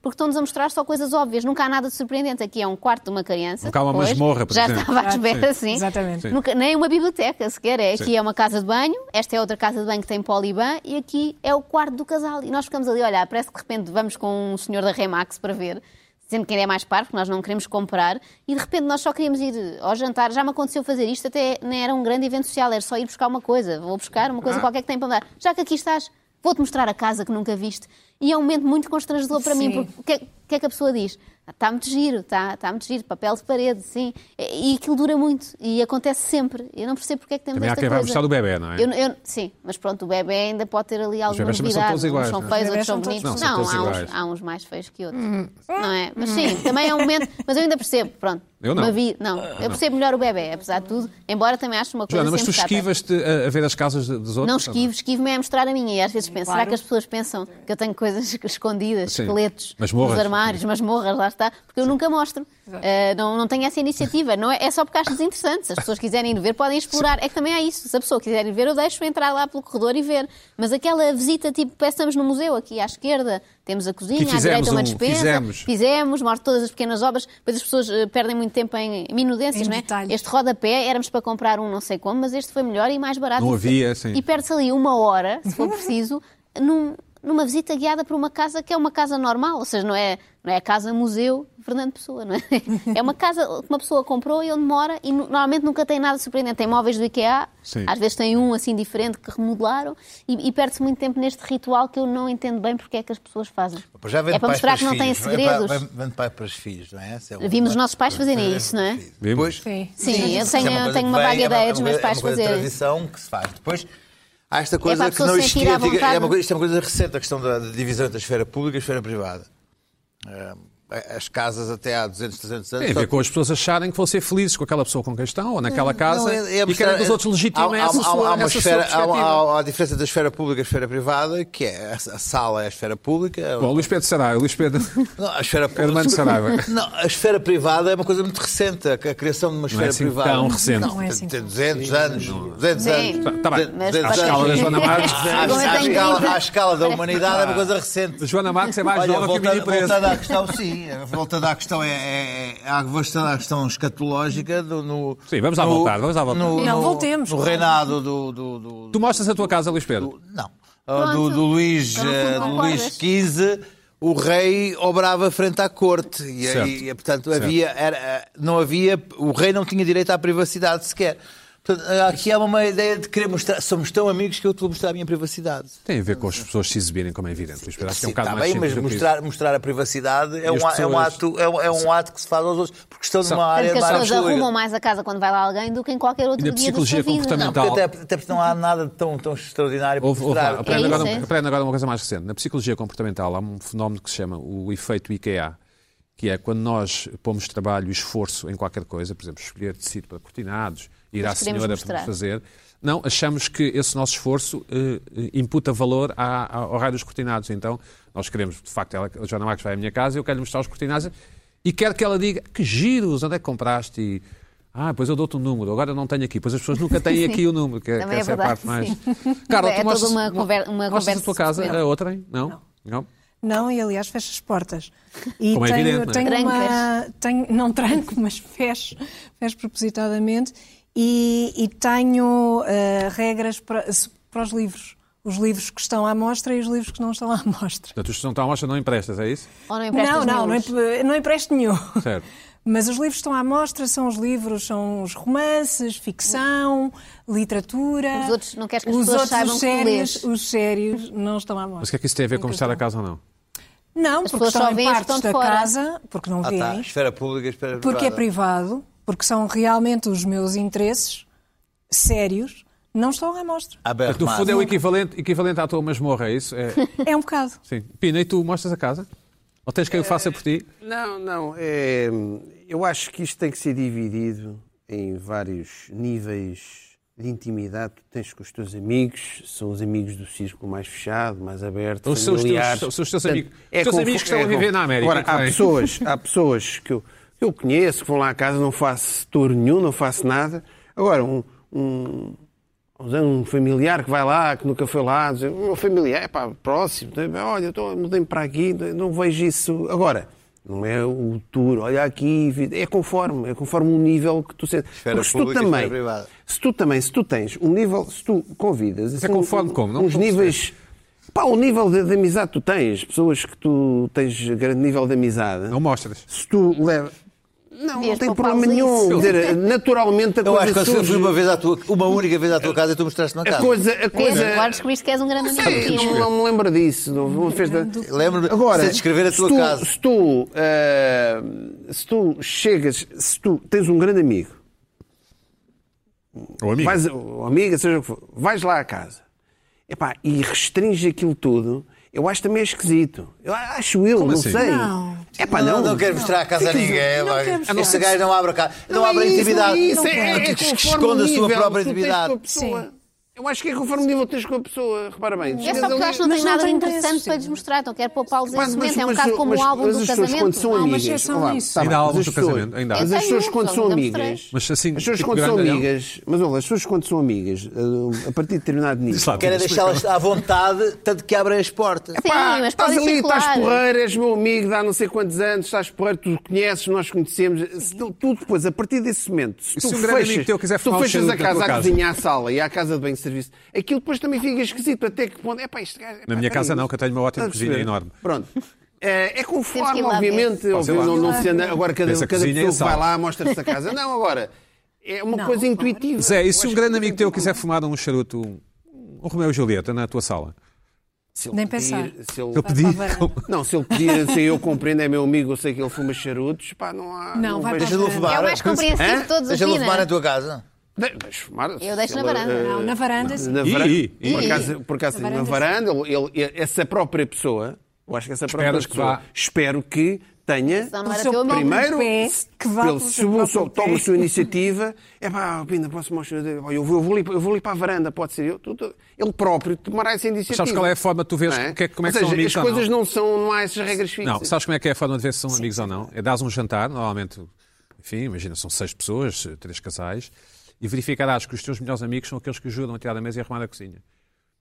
Speaker 2: Porque estão-nos a mostrar só coisas óbvias. Nunca há nada de surpreendente. Aqui é um quarto de uma criança.
Speaker 1: Nunca há uma
Speaker 2: Pois,
Speaker 1: masmorra, por
Speaker 2: Já
Speaker 1: exemplo.
Speaker 2: estava assim. à espera, sim.
Speaker 3: Exatamente.
Speaker 1: Sim.
Speaker 2: Nunca- nem uma biblioteca sequer. É,
Speaker 1: Sim.
Speaker 2: aqui é uma casa de banho, esta é outra casa de banho que tem poliban e aqui é o quarto do casal. E nós ficamos ali a olhar. Parece que de repente vamos com um senhor da Remax para ver, dizendo que ainda é mais parvo, porque nós não queremos comprar. E de repente nós só queríamos ir ao jantar. Já me aconteceu fazer isto, até nem era um grande evento social, era só ir buscar uma coisa. Vou buscar uma coisa
Speaker 1: Ah.
Speaker 2: qualquer que tem para me dar. Já que aqui estás, vou-te mostrar a casa que nunca viste. E é um momento muito constrangedor para mim,
Speaker 3: Sim.
Speaker 2: porque o que, é- o que é que a pessoa diz? Está muito giro, está tá muito giro, papel de parede, sim. E, e aquilo dura muito e acontece sempre. Eu não percebo porque é que temos
Speaker 1: Também há
Speaker 2: esta
Speaker 1: quem vai
Speaker 2: coisa.
Speaker 1: mostrar do bebê, não é?
Speaker 2: Eu- eu- sim, mas pronto, o bebê ainda pode ter ali alguma
Speaker 1: bebés também são
Speaker 2: novidade.
Speaker 1: todos iguais,
Speaker 2: uns são
Speaker 1: não é?
Speaker 2: feios,
Speaker 3: Os
Speaker 2: outros
Speaker 3: bebés
Speaker 2: são
Speaker 3: são
Speaker 2: bonitos.
Speaker 3: todos- Uhum.
Speaker 1: Não, são todos
Speaker 2: há,
Speaker 1: iguais.
Speaker 2: uns, há uns mais feios que outros. Não é? Mas sim, também é um momento. Mas eu ainda percebo, pronto.
Speaker 1: Eu não.
Speaker 2: Uma vi- não, eu percebo melhor o bebê, apesar de tudo. Embora também ache uma coisa
Speaker 5: é
Speaker 1: Joana, mas tu
Speaker 2: sempre chata.
Speaker 1: esquivas-te a, a ver as casas de- dos outros? tá
Speaker 2: Não esquivo, esquivo-me é mostrar a minha. E às vezes penso, será
Speaker 3: Claro.
Speaker 2: que as pessoas pensam que eu tenho coisas escondidas,
Speaker 1: Sim.
Speaker 2: esqueletos,
Speaker 1: Masmorras.
Speaker 2: nos armários, masmorras, lá está, porque eu nunca mostro. Eh, não, não tenho essa iniciativa. Não é, é só porque acho desinteressante. Se as pessoas quiserem ir ver, podem explorar. É que também há isso. Se a pessoa quiser ir ver, eu deixo entrar lá pelo corredor e ver. Mas aquela visita, tipo, parece que estamos no museu, aqui à esquerda, temos a cozinha, à
Speaker 1: fizemos
Speaker 2: direita uma
Speaker 1: um-
Speaker 2: despensa.
Speaker 1: fizemos.
Speaker 2: Fizemos, mostro todas as pequenas obras, depois as pessoas eh, perdem muito tempo em minudências,
Speaker 3: Em
Speaker 2: não é?
Speaker 3: detalhes.
Speaker 2: Este rodapé, éramos para comprar um não sei como, mas este foi melhor e mais barato.
Speaker 1: Não
Speaker 2: E-
Speaker 1: havia, sim.
Speaker 2: E perde-se ali uma hora, se for preciso, num- numa visita guiada por uma casa que é uma casa normal, ou seja, não é, não é a casa museu Fernando Pessoa, não é? É uma casa que uma pessoa comprou e onde mora e nu- normalmente nunca tem nada surpreendente. Tem móveis do IKEA,
Speaker 1: Sim.
Speaker 2: às vezes tem um assim diferente que remodelaram e, e perde-se muito tempo neste ritual que eu não entendo bem porque é que as pessoas fazem.
Speaker 5: Pois já vem
Speaker 2: é
Speaker 5: de
Speaker 2: para
Speaker 5: pais
Speaker 2: mostrar
Speaker 5: para
Speaker 2: que não
Speaker 5: os
Speaker 2: têm
Speaker 5: filhos, é
Speaker 2: segredos.
Speaker 5: para- vem- Vem de pai para os filhos, não é? Essa é uma-
Speaker 2: Vimos os nossos pais fazerem isso, não é?
Speaker 5: Depois,
Speaker 3: Sim.
Speaker 2: Sim,
Speaker 5: Sim,
Speaker 2: eu
Speaker 5: isso é
Speaker 2: tenho,
Speaker 5: uma coisa
Speaker 2: tenho
Speaker 5: que
Speaker 2: uma
Speaker 5: vem,
Speaker 2: vaga
Speaker 5: é
Speaker 2: ideia dos
Speaker 5: é
Speaker 2: meus
Speaker 5: uma
Speaker 2: pais
Speaker 5: coisa de
Speaker 2: fazerem.
Speaker 5: tradição que se faz. Depois, há esta
Speaker 2: para
Speaker 5: coisa
Speaker 2: a
Speaker 5: que
Speaker 2: pessoa
Speaker 5: não
Speaker 2: se sentir
Speaker 5: existia.
Speaker 2: à
Speaker 5: antiga-
Speaker 2: vontade.
Speaker 5: é uma coisa, isto é uma coisa recente, a questão da divisão entre a esfera pública e a esfera privada. Ah, as casas até há 200, 300 anos.
Speaker 1: Tem a
Speaker 5: só-
Speaker 1: ver com as pessoas acharem que vão ser felizes com aquela pessoa com quem estão, ou naquela casa,
Speaker 5: Não, é- é
Speaker 1: e querem que os
Speaker 5: abstra-
Speaker 1: outros legitimem
Speaker 5: há, há-
Speaker 1: essa
Speaker 5: há-
Speaker 1: sua,
Speaker 5: há uma
Speaker 1: essa sua
Speaker 5: esfera- há-
Speaker 1: perspectiva.
Speaker 5: há- há a diferença da esfera pública e a esfera privada, que é a, a sala é a esfera pública.
Speaker 1: Bom, Luís Pedro Saraiva, Luís Pedro...
Speaker 5: Não, a esfera pública.
Speaker 1: Hermano Saraiva.
Speaker 5: Não, a esfera privada é uma coisa muito recente, a, a criação de uma esfera
Speaker 1: assim
Speaker 5: privada.
Speaker 1: tão recente.
Speaker 5: Não,
Speaker 3: Não é
Speaker 5: tem-
Speaker 3: assim
Speaker 5: tem 200 anos. 200
Speaker 2: Sim.
Speaker 5: anos.
Speaker 1: Tá- tá bem.
Speaker 5: Du-
Speaker 2: Mas
Speaker 5: 200
Speaker 1: À
Speaker 2: para-
Speaker 1: escala da
Speaker 5: anos.
Speaker 1: Joana Marques,
Speaker 5: À-
Speaker 2: Agora
Speaker 5: à
Speaker 2: tem
Speaker 5: escala-
Speaker 2: 30.
Speaker 5: à escala da humanidade é uma coisa recente.
Speaker 1: Joana Marques é mais
Speaker 5: Olha,
Speaker 1: nova que o
Speaker 5: volta-
Speaker 1: Mini Preço.
Speaker 5: voltando à questão, sim, voltando à questão, é, é, é, voltando à questão escatológica do, no...
Speaker 1: Sim, vamos lá
Speaker 5: no-
Speaker 1: voltar, vamos lá voltar.
Speaker 5: No,
Speaker 3: Não,
Speaker 5: no-
Speaker 3: voltemos.
Speaker 5: No reinado do... do, do-
Speaker 1: Tu mostras a tua casa, Luís Pedro.
Speaker 5: do- não, Ah, do, do Luís,
Speaker 2: Então, no fundo,
Speaker 5: eh, do Luís
Speaker 2: concordas?
Speaker 5: XV, o rei obrava frente à corte. E,
Speaker 1: Certo.
Speaker 5: e, e, portanto,
Speaker 1: Certo.
Speaker 5: havia, era, eh, não havia... O rei não tinha direito à privacidade sequer. Portanto, eh, aqui há uma ideia de querer mostrar... Somos tão amigos que eu te vou mostrar a minha privacidade.
Speaker 1: Tem a ver com as pessoas se exibirem, como é evidente, Luís Pedro. Acho que é um
Speaker 5: Sim,
Speaker 1: bocado
Speaker 5: tá
Speaker 1: mais
Speaker 5: bem, mas
Speaker 1: simples do que isso.
Speaker 5: mostrar, mostrar a privacidade é
Speaker 1: E
Speaker 5: um,
Speaker 1: as
Speaker 5: a- é um
Speaker 1: pessoas-
Speaker 5: ato, é, um- é um ato que se faz aos outros, porque estão numa área
Speaker 2: Tanto que as pessoas
Speaker 5: absoluta.
Speaker 2: arrumam mais a casa quando vai lá alguém do que em qualquer outro
Speaker 1: E
Speaker 2: dia
Speaker 1: na
Speaker 2: da
Speaker 1: psicologia
Speaker 2: sua vida.
Speaker 1: comportamental.
Speaker 5: Não, porque até, até porque não há nada de tão, tão extraordinário para
Speaker 1: Houve- houve-
Speaker 5: mostrar.
Speaker 1: aprende,
Speaker 2: É isso,
Speaker 1: agora,
Speaker 2: é isso.
Speaker 1: aprende agora uma coisa mais recente. Na psicologia comportamental há um fenómeno que se chama o efeito IKEA, que é quando nós pomos trabalho e esforço em qualquer coisa, por exemplo, escolher tecido para cortinados, ir à
Speaker 2: Mas queremos
Speaker 1: senhora
Speaker 2: mostrar.
Speaker 1: para fazer. Não, achamos que esse nosso esforço eh, eh, imputa valor à- à- ao raio dos cortinados. Então, nós queremos, de facto, ela, a Joana Marques vai à minha casa e eu quero lhe mostrar os cortinados e quero que ela diga que giros, onde é que compraste? E, ah, pois eu dou-te um número, agora eu não tenho aqui. Pois as pessoas nunca têm aqui o número, que, é- que
Speaker 2: Também é
Speaker 1: essa é a
Speaker 2: verdade,
Speaker 1: parte mais.
Speaker 2: sim.
Speaker 1: Carla,
Speaker 2: É
Speaker 1: tu
Speaker 2: toda
Speaker 1: mostras-
Speaker 2: uma conver- uma
Speaker 1: mostras
Speaker 2: conversa
Speaker 1: a tua casa
Speaker 2: sequer.
Speaker 1: a outrem? Não? Não.
Speaker 3: Não, e aliás fecho as portas. E
Speaker 1: Como é
Speaker 3: tenho,
Speaker 1: evidente, não é?
Speaker 3: tenho uma.
Speaker 2: Trancas.
Speaker 3: Tenho, não tranco, mas fecho, fecho propositadamente. E, e tenho eh, regras para, se- para os livros. Os livros que estão à mostra e os livros que não estão à mostra.
Speaker 1: Portanto, os que não estão à mostra não emprestas, é isso?
Speaker 2: Ou não emprestas
Speaker 3: Não, não, não,
Speaker 2: miúdos.
Speaker 3: emp- não empresto nenhum.
Speaker 1: Certo.
Speaker 3: Mas os livros que estão à mostra são os livros, são os romances, ficção, literatura.
Speaker 2: Os outros não queres que as
Speaker 3: Os
Speaker 2: pessoas
Speaker 3: outros,
Speaker 2: saibam
Speaker 3: os
Speaker 2: que tu lês.
Speaker 3: sérios, os sérios não estão à mostra.
Speaker 1: Mas o que é que isso tem a ver com
Speaker 3: Nunca
Speaker 1: mostrar a
Speaker 3: estão.
Speaker 1: casa ou não?
Speaker 3: Não,
Speaker 2: As
Speaker 3: porque
Speaker 2: pessoas só
Speaker 3: estão em
Speaker 2: veem as que
Speaker 3: partes
Speaker 2: estão
Speaker 3: da
Speaker 2: de fora.
Speaker 3: casa, porque não
Speaker 5: Ah,
Speaker 3: veem,
Speaker 5: tá, esfera pública, esfera
Speaker 3: porque é
Speaker 5: privada.
Speaker 3: privado, porque são realmente os meus interesses sérios, não estão à mostra.
Speaker 5: Aberto,
Speaker 1: Portanto, no fundo é o
Speaker 5: mas-
Speaker 1: equivalente, equivalente à tua masmorra, é isso? É,
Speaker 3: É um bocado.
Speaker 1: sim. Pina, e tu mostras a casa? Ou tens que eu faça por ti?
Speaker 4: Não, não. é, eu acho que isto tem que ser dividido em vários níveis de intimidade. Tu tens com os teus amigos, são os amigos do círculo mais fechado, mais aberto,
Speaker 1: Ou são os teus-
Speaker 4: familiares.
Speaker 1: são os teus
Speaker 4: Portanto, é
Speaker 1: amigos- os teus
Speaker 4: confu-
Speaker 1: amigos que estão a viver
Speaker 4: confu-
Speaker 1: na América,
Speaker 4: Agora,
Speaker 1: muito
Speaker 4: há
Speaker 1: bem.
Speaker 4: pessoas, há pessoas que eu, que eu conheço, que vão lá à casa, não faço tour nenhum, não faço nada. Agora, um, um, um familiar que vai lá, que nunca foi lá, dizer, um familiar, pá, próximo, né? olha, eu tô- mudei-me para aqui, não vejo isso. Agora, não é o tour, olha aqui, vi- é conforme, é conforme o nível que tu sentes.
Speaker 5: Esfera
Speaker 4: Porque se tu
Speaker 5: pública,
Speaker 4: também,
Speaker 5: esfera privada.
Speaker 4: se tu também, se tu tens um nível, se tu convidas,
Speaker 1: é
Speaker 4: assim,
Speaker 1: conforme
Speaker 4: um-
Speaker 1: como, não
Speaker 4: uns
Speaker 1: estou a perceber.
Speaker 4: níveis, pá, o nível de, de amizade que tu tens, pessoas que tu tens grande nível de amizade,
Speaker 1: Não mostras.
Speaker 4: se tu leva não, não
Speaker 2: Devias
Speaker 4: tem
Speaker 2: poupá-los
Speaker 4: problema nenhum,
Speaker 2: isso.
Speaker 4: quer dizer, naturalmente a
Speaker 5: Eu acho que
Speaker 4: coisa
Speaker 5: eu fui
Speaker 4: surge, É,
Speaker 5: uma vez à tua, uma única vez à tua casa e tu mostraste na
Speaker 4: a
Speaker 5: casa.
Speaker 4: coisa, a
Speaker 2: Vês?
Speaker 4: coisa,
Speaker 2: Agora descobriste que és um grande amigo.
Speaker 5: é
Speaker 4: Sim,
Speaker 2: Sim,
Speaker 4: não, não me lembro disso. Não, não fez nada.
Speaker 5: Lembro-me de você descrever a
Speaker 4: se
Speaker 5: tua
Speaker 4: tu-
Speaker 5: casa.
Speaker 4: Se tu, eh, se tu chegas, se tu tens um grande amigo,
Speaker 1: Ou amigo.
Speaker 4: vais, ou amiga, seja o que for, vais lá à casa epá, e restringe aquilo tudo, eu acho também esquisito. Eu acho eu, não
Speaker 1: assim?
Speaker 4: sei.
Speaker 3: Não.
Speaker 4: Epá,
Speaker 5: não,
Speaker 4: não,
Speaker 5: não quero mostrar a casa a
Speaker 4: Ficas-
Speaker 5: ninguém.
Speaker 3: não
Speaker 5: vai.
Speaker 3: quero mostrar.
Speaker 5: Este gajo não abre a casa. Não, abre a intimidade.
Speaker 4: é Isso,
Speaker 5: Não,
Speaker 4: é, é
Speaker 5: que
Speaker 4: conforme
Speaker 5: esconde
Speaker 4: o
Speaker 5: a sua
Speaker 4: nível
Speaker 5: própria
Speaker 4: que tu tens com a
Speaker 5: intimidade.
Speaker 4: pessoa.
Speaker 3: Sim.
Speaker 4: Eu acho que é conforme o nível que tens com a pessoa, repara bem.
Speaker 2: É só
Speaker 4: chegas
Speaker 2: porque
Speaker 4: ali-
Speaker 2: acho que não
Speaker 3: Mas
Speaker 2: tens
Speaker 3: não
Speaker 2: nada de
Speaker 3: tem
Speaker 2: interessante
Speaker 3: interesse,
Speaker 2: para
Speaker 3: sim.
Speaker 2: lhes mostrar, não quero poupá-los
Speaker 4: Mas-
Speaker 2: esse
Speaker 4: mas-
Speaker 2: momento. É um
Speaker 4: mas-
Speaker 2: bocado como
Speaker 4: mas-
Speaker 2: o álbum
Speaker 4: mas
Speaker 2: do
Speaker 4: as pessoas quando
Speaker 2: casamento. Ah,
Speaker 4: são
Speaker 2: Há uma
Speaker 4: amigas,
Speaker 3: exceção
Speaker 4: olha lá,
Speaker 3: nisso.
Speaker 4: tá
Speaker 1: Ainda
Speaker 4: bem,
Speaker 1: há
Speaker 4: mas
Speaker 1: alguns
Speaker 4: as
Speaker 1: do casamento,
Speaker 4: pessoas-
Speaker 1: ainda há.
Speaker 4: Mas
Speaker 2: Eu
Speaker 4: as
Speaker 2: tenho
Speaker 4: pessoas
Speaker 2: um,
Speaker 4: quando
Speaker 2: só
Speaker 4: são
Speaker 2: não
Speaker 4: amigas,
Speaker 2: mostrei.
Speaker 1: Mas assim,
Speaker 4: as pessoas
Speaker 1: tipo
Speaker 4: quando são
Speaker 1: grande, não?
Speaker 4: amigas, mas olha, as pessoas quando são amigas, eh, a partir de determinado
Speaker 1: Diz
Speaker 4: nível.
Speaker 1: lá,
Speaker 5: Quero
Speaker 1: Sim,
Speaker 5: deixá-las à vontade, tanto que abrem as portas.
Speaker 2: Sim, mas
Speaker 4: estás
Speaker 2: podem
Speaker 4: ali, estás
Speaker 2: circular.
Speaker 4: porreiro, és meu amigo de há não sei quantos anos, estás porreiro, tu conheces, nós conhecemos. Se tu, tu depois, a partir desse momento, se
Speaker 1: E se
Speaker 4: tu
Speaker 1: um grande
Speaker 4: fechas,
Speaker 1: amigo teu quiser
Speaker 4: se
Speaker 1: fumar
Speaker 4: tu
Speaker 1: o
Speaker 4: fechas a
Speaker 1: charuto na
Speaker 4: casa,
Speaker 1: tua
Speaker 4: a
Speaker 1: casa?
Speaker 4: cozinha, à sala e à casa de banho de serviço, aquilo depois também fica esquisito. Até que ponto. Epá, este gajo, epá,
Speaker 1: minha
Speaker 4: peraí,
Speaker 1: casa não, que eu tenho uma ótima
Speaker 4: estás a
Speaker 1: cozinha
Speaker 4: perceber?
Speaker 1: enorme.
Speaker 4: Pronto. É, é
Speaker 2: Temos que
Speaker 4: conforme,
Speaker 2: ir lá ver.
Speaker 4: obviamente.
Speaker 1: Pá, sei lá.
Speaker 4: obviamente, não, não se anda- agora, cada, um-
Speaker 1: Pensa
Speaker 4: cada
Speaker 1: que cozinha é
Speaker 4: pessoa que vai
Speaker 1: sala.
Speaker 4: lá mostra-se a casa. Não, agora. É uma
Speaker 3: Não,
Speaker 4: coisa
Speaker 3: claro.
Speaker 4: intuitiva.
Speaker 1: Zé, e
Speaker 4: Eu
Speaker 1: se um
Speaker 4: acho
Speaker 1: grande
Speaker 4: que
Speaker 1: amigo
Speaker 4: tem
Speaker 1: teu quiser fumar um charuto, um, um Romeu e Julieta, na tua sala?
Speaker 4: Se ele
Speaker 3: Nem
Speaker 4: pedir-
Speaker 3: pensar.
Speaker 4: se ele-
Speaker 1: Eu pedi.
Speaker 3: para a varanda.
Speaker 1: como-
Speaker 4: Não, se ele pedir, se eu compreendo, é meu amigo, eu sei que ele fuma charutos, pá, não há.
Speaker 3: Não, vai
Speaker 4: vejo-
Speaker 3: para
Speaker 5: Deixa-lo
Speaker 2: É
Speaker 5: fumar.
Speaker 2: o mais compreensível de todos os
Speaker 4: né?
Speaker 5: Deixa-lo fumar na
Speaker 2: dias.
Speaker 5: tua casa.
Speaker 4: De- Mas fumar. se
Speaker 2: deixo na
Speaker 4: ele,
Speaker 2: varanda.
Speaker 4: eh,
Speaker 3: Não, na varanda, sim.
Speaker 4: na
Speaker 1: Ih,
Speaker 4: varanda.
Speaker 1: ih,
Speaker 4: Por
Speaker 1: ih.
Speaker 4: acaso, por acaso
Speaker 3: Na
Speaker 4: na
Speaker 3: varanda,
Speaker 4: varanda, ele- ele- essa própria pessoa Eu acho que essa
Speaker 1: Esperas que
Speaker 4: própria pessoa-
Speaker 1: vá.
Speaker 4: Espero que tenha
Speaker 2: Só
Speaker 3: O
Speaker 2: Para
Speaker 3: seu
Speaker 2: teu
Speaker 3: próprio
Speaker 4: primeiro,
Speaker 3: pé, que vá
Speaker 4: ele
Speaker 3: pelo seu
Speaker 4: se um
Speaker 3: próprio
Speaker 4: só
Speaker 3: pé.
Speaker 4: toma a sua iniciativa, é pá, Pina, posso mostrar, eu vou, eu, vou ali, eu vou ali para a varanda, pode ser. Eu, tu- tu- ele próprio tomará essa iniciativa.
Speaker 1: Sabes qual é a forma de tu vês
Speaker 4: Não é?
Speaker 1: que é- como é
Speaker 4: Ou
Speaker 1: que são
Speaker 4: seja,
Speaker 1: amigos
Speaker 4: As
Speaker 1: ou não?
Speaker 4: coisas não são, não há essas regras fixas.
Speaker 1: Não, sabes como é que é a forma de ver se são amigos ou não? É dás um jantar, normalmente, enfim, imagina, são seis pessoas, três casais, e verificarás que os teus melhores amigos são aqueles que ajudam a tirar da mesa e arrumar a cozinha.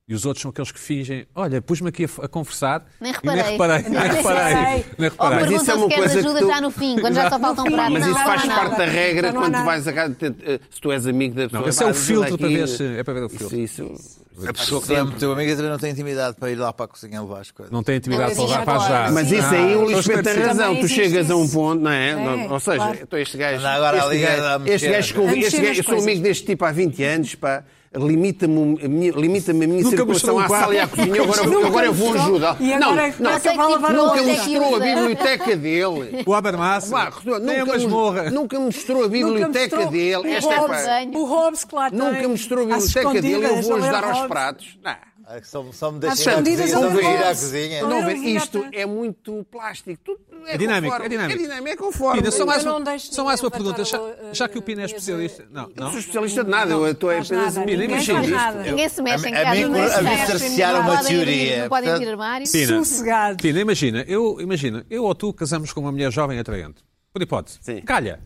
Speaker 1: E os outros são aqueles que fingem, olha, pus-me aqui a, f- a conversar e nem
Speaker 2: Nem
Speaker 1: reparei,
Speaker 2: reparei.
Speaker 1: nem reparei, nem
Speaker 2: Ou
Speaker 1: reparei.
Speaker 4: Mas isso é
Speaker 2: perguntam
Speaker 4: uma
Speaker 2: se queres
Speaker 4: coisa que
Speaker 2: ajuda
Speaker 4: tu-
Speaker 2: já no fim, quando já só falta um
Speaker 3: Não, Então
Speaker 2: prato.
Speaker 4: Mas
Speaker 2: Não,
Speaker 4: isso
Speaker 2: não,
Speaker 4: faz
Speaker 2: não,
Speaker 4: parte
Speaker 2: não.
Speaker 4: da regra
Speaker 3: Não, não há
Speaker 4: quando
Speaker 3: nada.
Speaker 4: vais a casa. te- eh, Se tu és amigo da pessoa.
Speaker 1: esse é o
Speaker 4: vais ajudar
Speaker 1: filtro para
Speaker 4: aqui.
Speaker 1: ver se- é para ver o filtro. É
Speaker 4: Isso, isso.
Speaker 5: A pessoa que lembra, teu amigo também não tem intimidade para ir lá para a cozinha levar as coisas.
Speaker 1: Não tem intimidade
Speaker 2: Mas
Speaker 1: para levar
Speaker 2: isso
Speaker 1: para
Speaker 2: agora,
Speaker 1: ajudar.
Speaker 4: Mas
Speaker 2: Sim.
Speaker 4: isso aí é um o
Speaker 1: Ah,
Speaker 4: Lisboa tem
Speaker 1: estou
Speaker 4: razão.
Speaker 3: Também
Speaker 4: Tu
Speaker 3: existe
Speaker 4: chegas a um
Speaker 3: isso.
Speaker 4: ponto, não é?
Speaker 3: É,
Speaker 4: Não- Ou seja,
Speaker 3: claro.
Speaker 4: então este gajo.
Speaker 5: Anda agora
Speaker 4: este
Speaker 5: ali a
Speaker 4: gajo,
Speaker 5: mexer.
Speaker 4: este gajo com-
Speaker 3: A mexer
Speaker 4: este gajo-
Speaker 3: nas
Speaker 4: eu sou
Speaker 3: coisas.
Speaker 4: amigo deste tipo há 20 anos, pá. Limita-me a minha, limita-me a minha
Speaker 1: Nunca
Speaker 4: circulação
Speaker 1: mostrou um
Speaker 4: à sala e à
Speaker 1: quadro.
Speaker 4: cozinha. Eu Agora,
Speaker 3: Nunca
Speaker 4: agora eu vou
Speaker 3: mostrou.
Speaker 4: ajudar.
Speaker 3: E
Speaker 4: Não,
Speaker 3: agora é
Speaker 4: não,
Speaker 3: vai acabar a lavar a
Speaker 4: nunca
Speaker 2: onde é que
Speaker 4: mostrou a
Speaker 2: usa?
Speaker 4: biblioteca dele.
Speaker 1: O Habermas
Speaker 4: Pá, Rodolfo,
Speaker 1: tem a
Speaker 4: nunca,
Speaker 1: masmorra.
Speaker 4: nunca mostrou a
Speaker 3: Nunca
Speaker 4: biblioteca
Speaker 3: mostrou Um
Speaker 4: dele.
Speaker 3: o
Speaker 4: Esta é
Speaker 3: Hobbes,
Speaker 4: pá.
Speaker 2: pá.
Speaker 3: O Hobbes que lá tem.
Speaker 4: Nunca mostrou a
Speaker 3: às
Speaker 4: biblioteca dele. Eu
Speaker 3: escondidas,
Speaker 4: vou
Speaker 3: a ler
Speaker 4: ajudar aos
Speaker 3: Hobbes.
Speaker 4: pratos. Não.
Speaker 5: Ah, Só, só me
Speaker 3: Às
Speaker 5: deixa ir à
Speaker 3: escondidas
Speaker 5: cozinha, só
Speaker 3: ele
Speaker 5: me deixa ir à
Speaker 3: faz.
Speaker 5: cozinha.
Speaker 3: Não
Speaker 4: Não,
Speaker 3: era um
Speaker 4: isto
Speaker 3: vinagre.
Speaker 4: é muito plástico. Tudo é,
Speaker 1: É dinâmico,
Speaker 4: conforme.
Speaker 1: é dinâmico.
Speaker 4: É dinâmico, é conforme.
Speaker 1: Pina, só
Speaker 3: Eu
Speaker 1: mais,
Speaker 3: não
Speaker 1: um-
Speaker 3: deixo
Speaker 1: só mais uma
Speaker 3: ninguém
Speaker 1: pergunta. Já,
Speaker 3: levantar o-
Speaker 1: já que o Pina é
Speaker 3: mesa.
Speaker 1: especialista. Não,
Speaker 4: Não
Speaker 1: não.
Speaker 4: sou especialista de nada. eu estou
Speaker 3: faz
Speaker 4: apenas
Speaker 3: nada,
Speaker 4: um
Speaker 3: ninguém
Speaker 4: mexer
Speaker 3: faz
Speaker 4: disto.
Speaker 3: nada.
Speaker 2: Ninguém se mexe em
Speaker 5: A- a
Speaker 2: casa.
Speaker 5: mim-
Speaker 2: ninguém se
Speaker 5: a mim
Speaker 2: mexe.
Speaker 5: cercearam
Speaker 2: Não
Speaker 5: uma
Speaker 2: podem abrir-
Speaker 5: teoria,
Speaker 2: Não podem abrir
Speaker 5: portanto-
Speaker 2: armário.
Speaker 1: Pina,
Speaker 3: Sossegado.
Speaker 1: Pina, imagina, eu, imagina, eu ou tu casamos com uma mulher jovem e atraente. Por hipótese.
Speaker 4: Sim.
Speaker 1: Calha.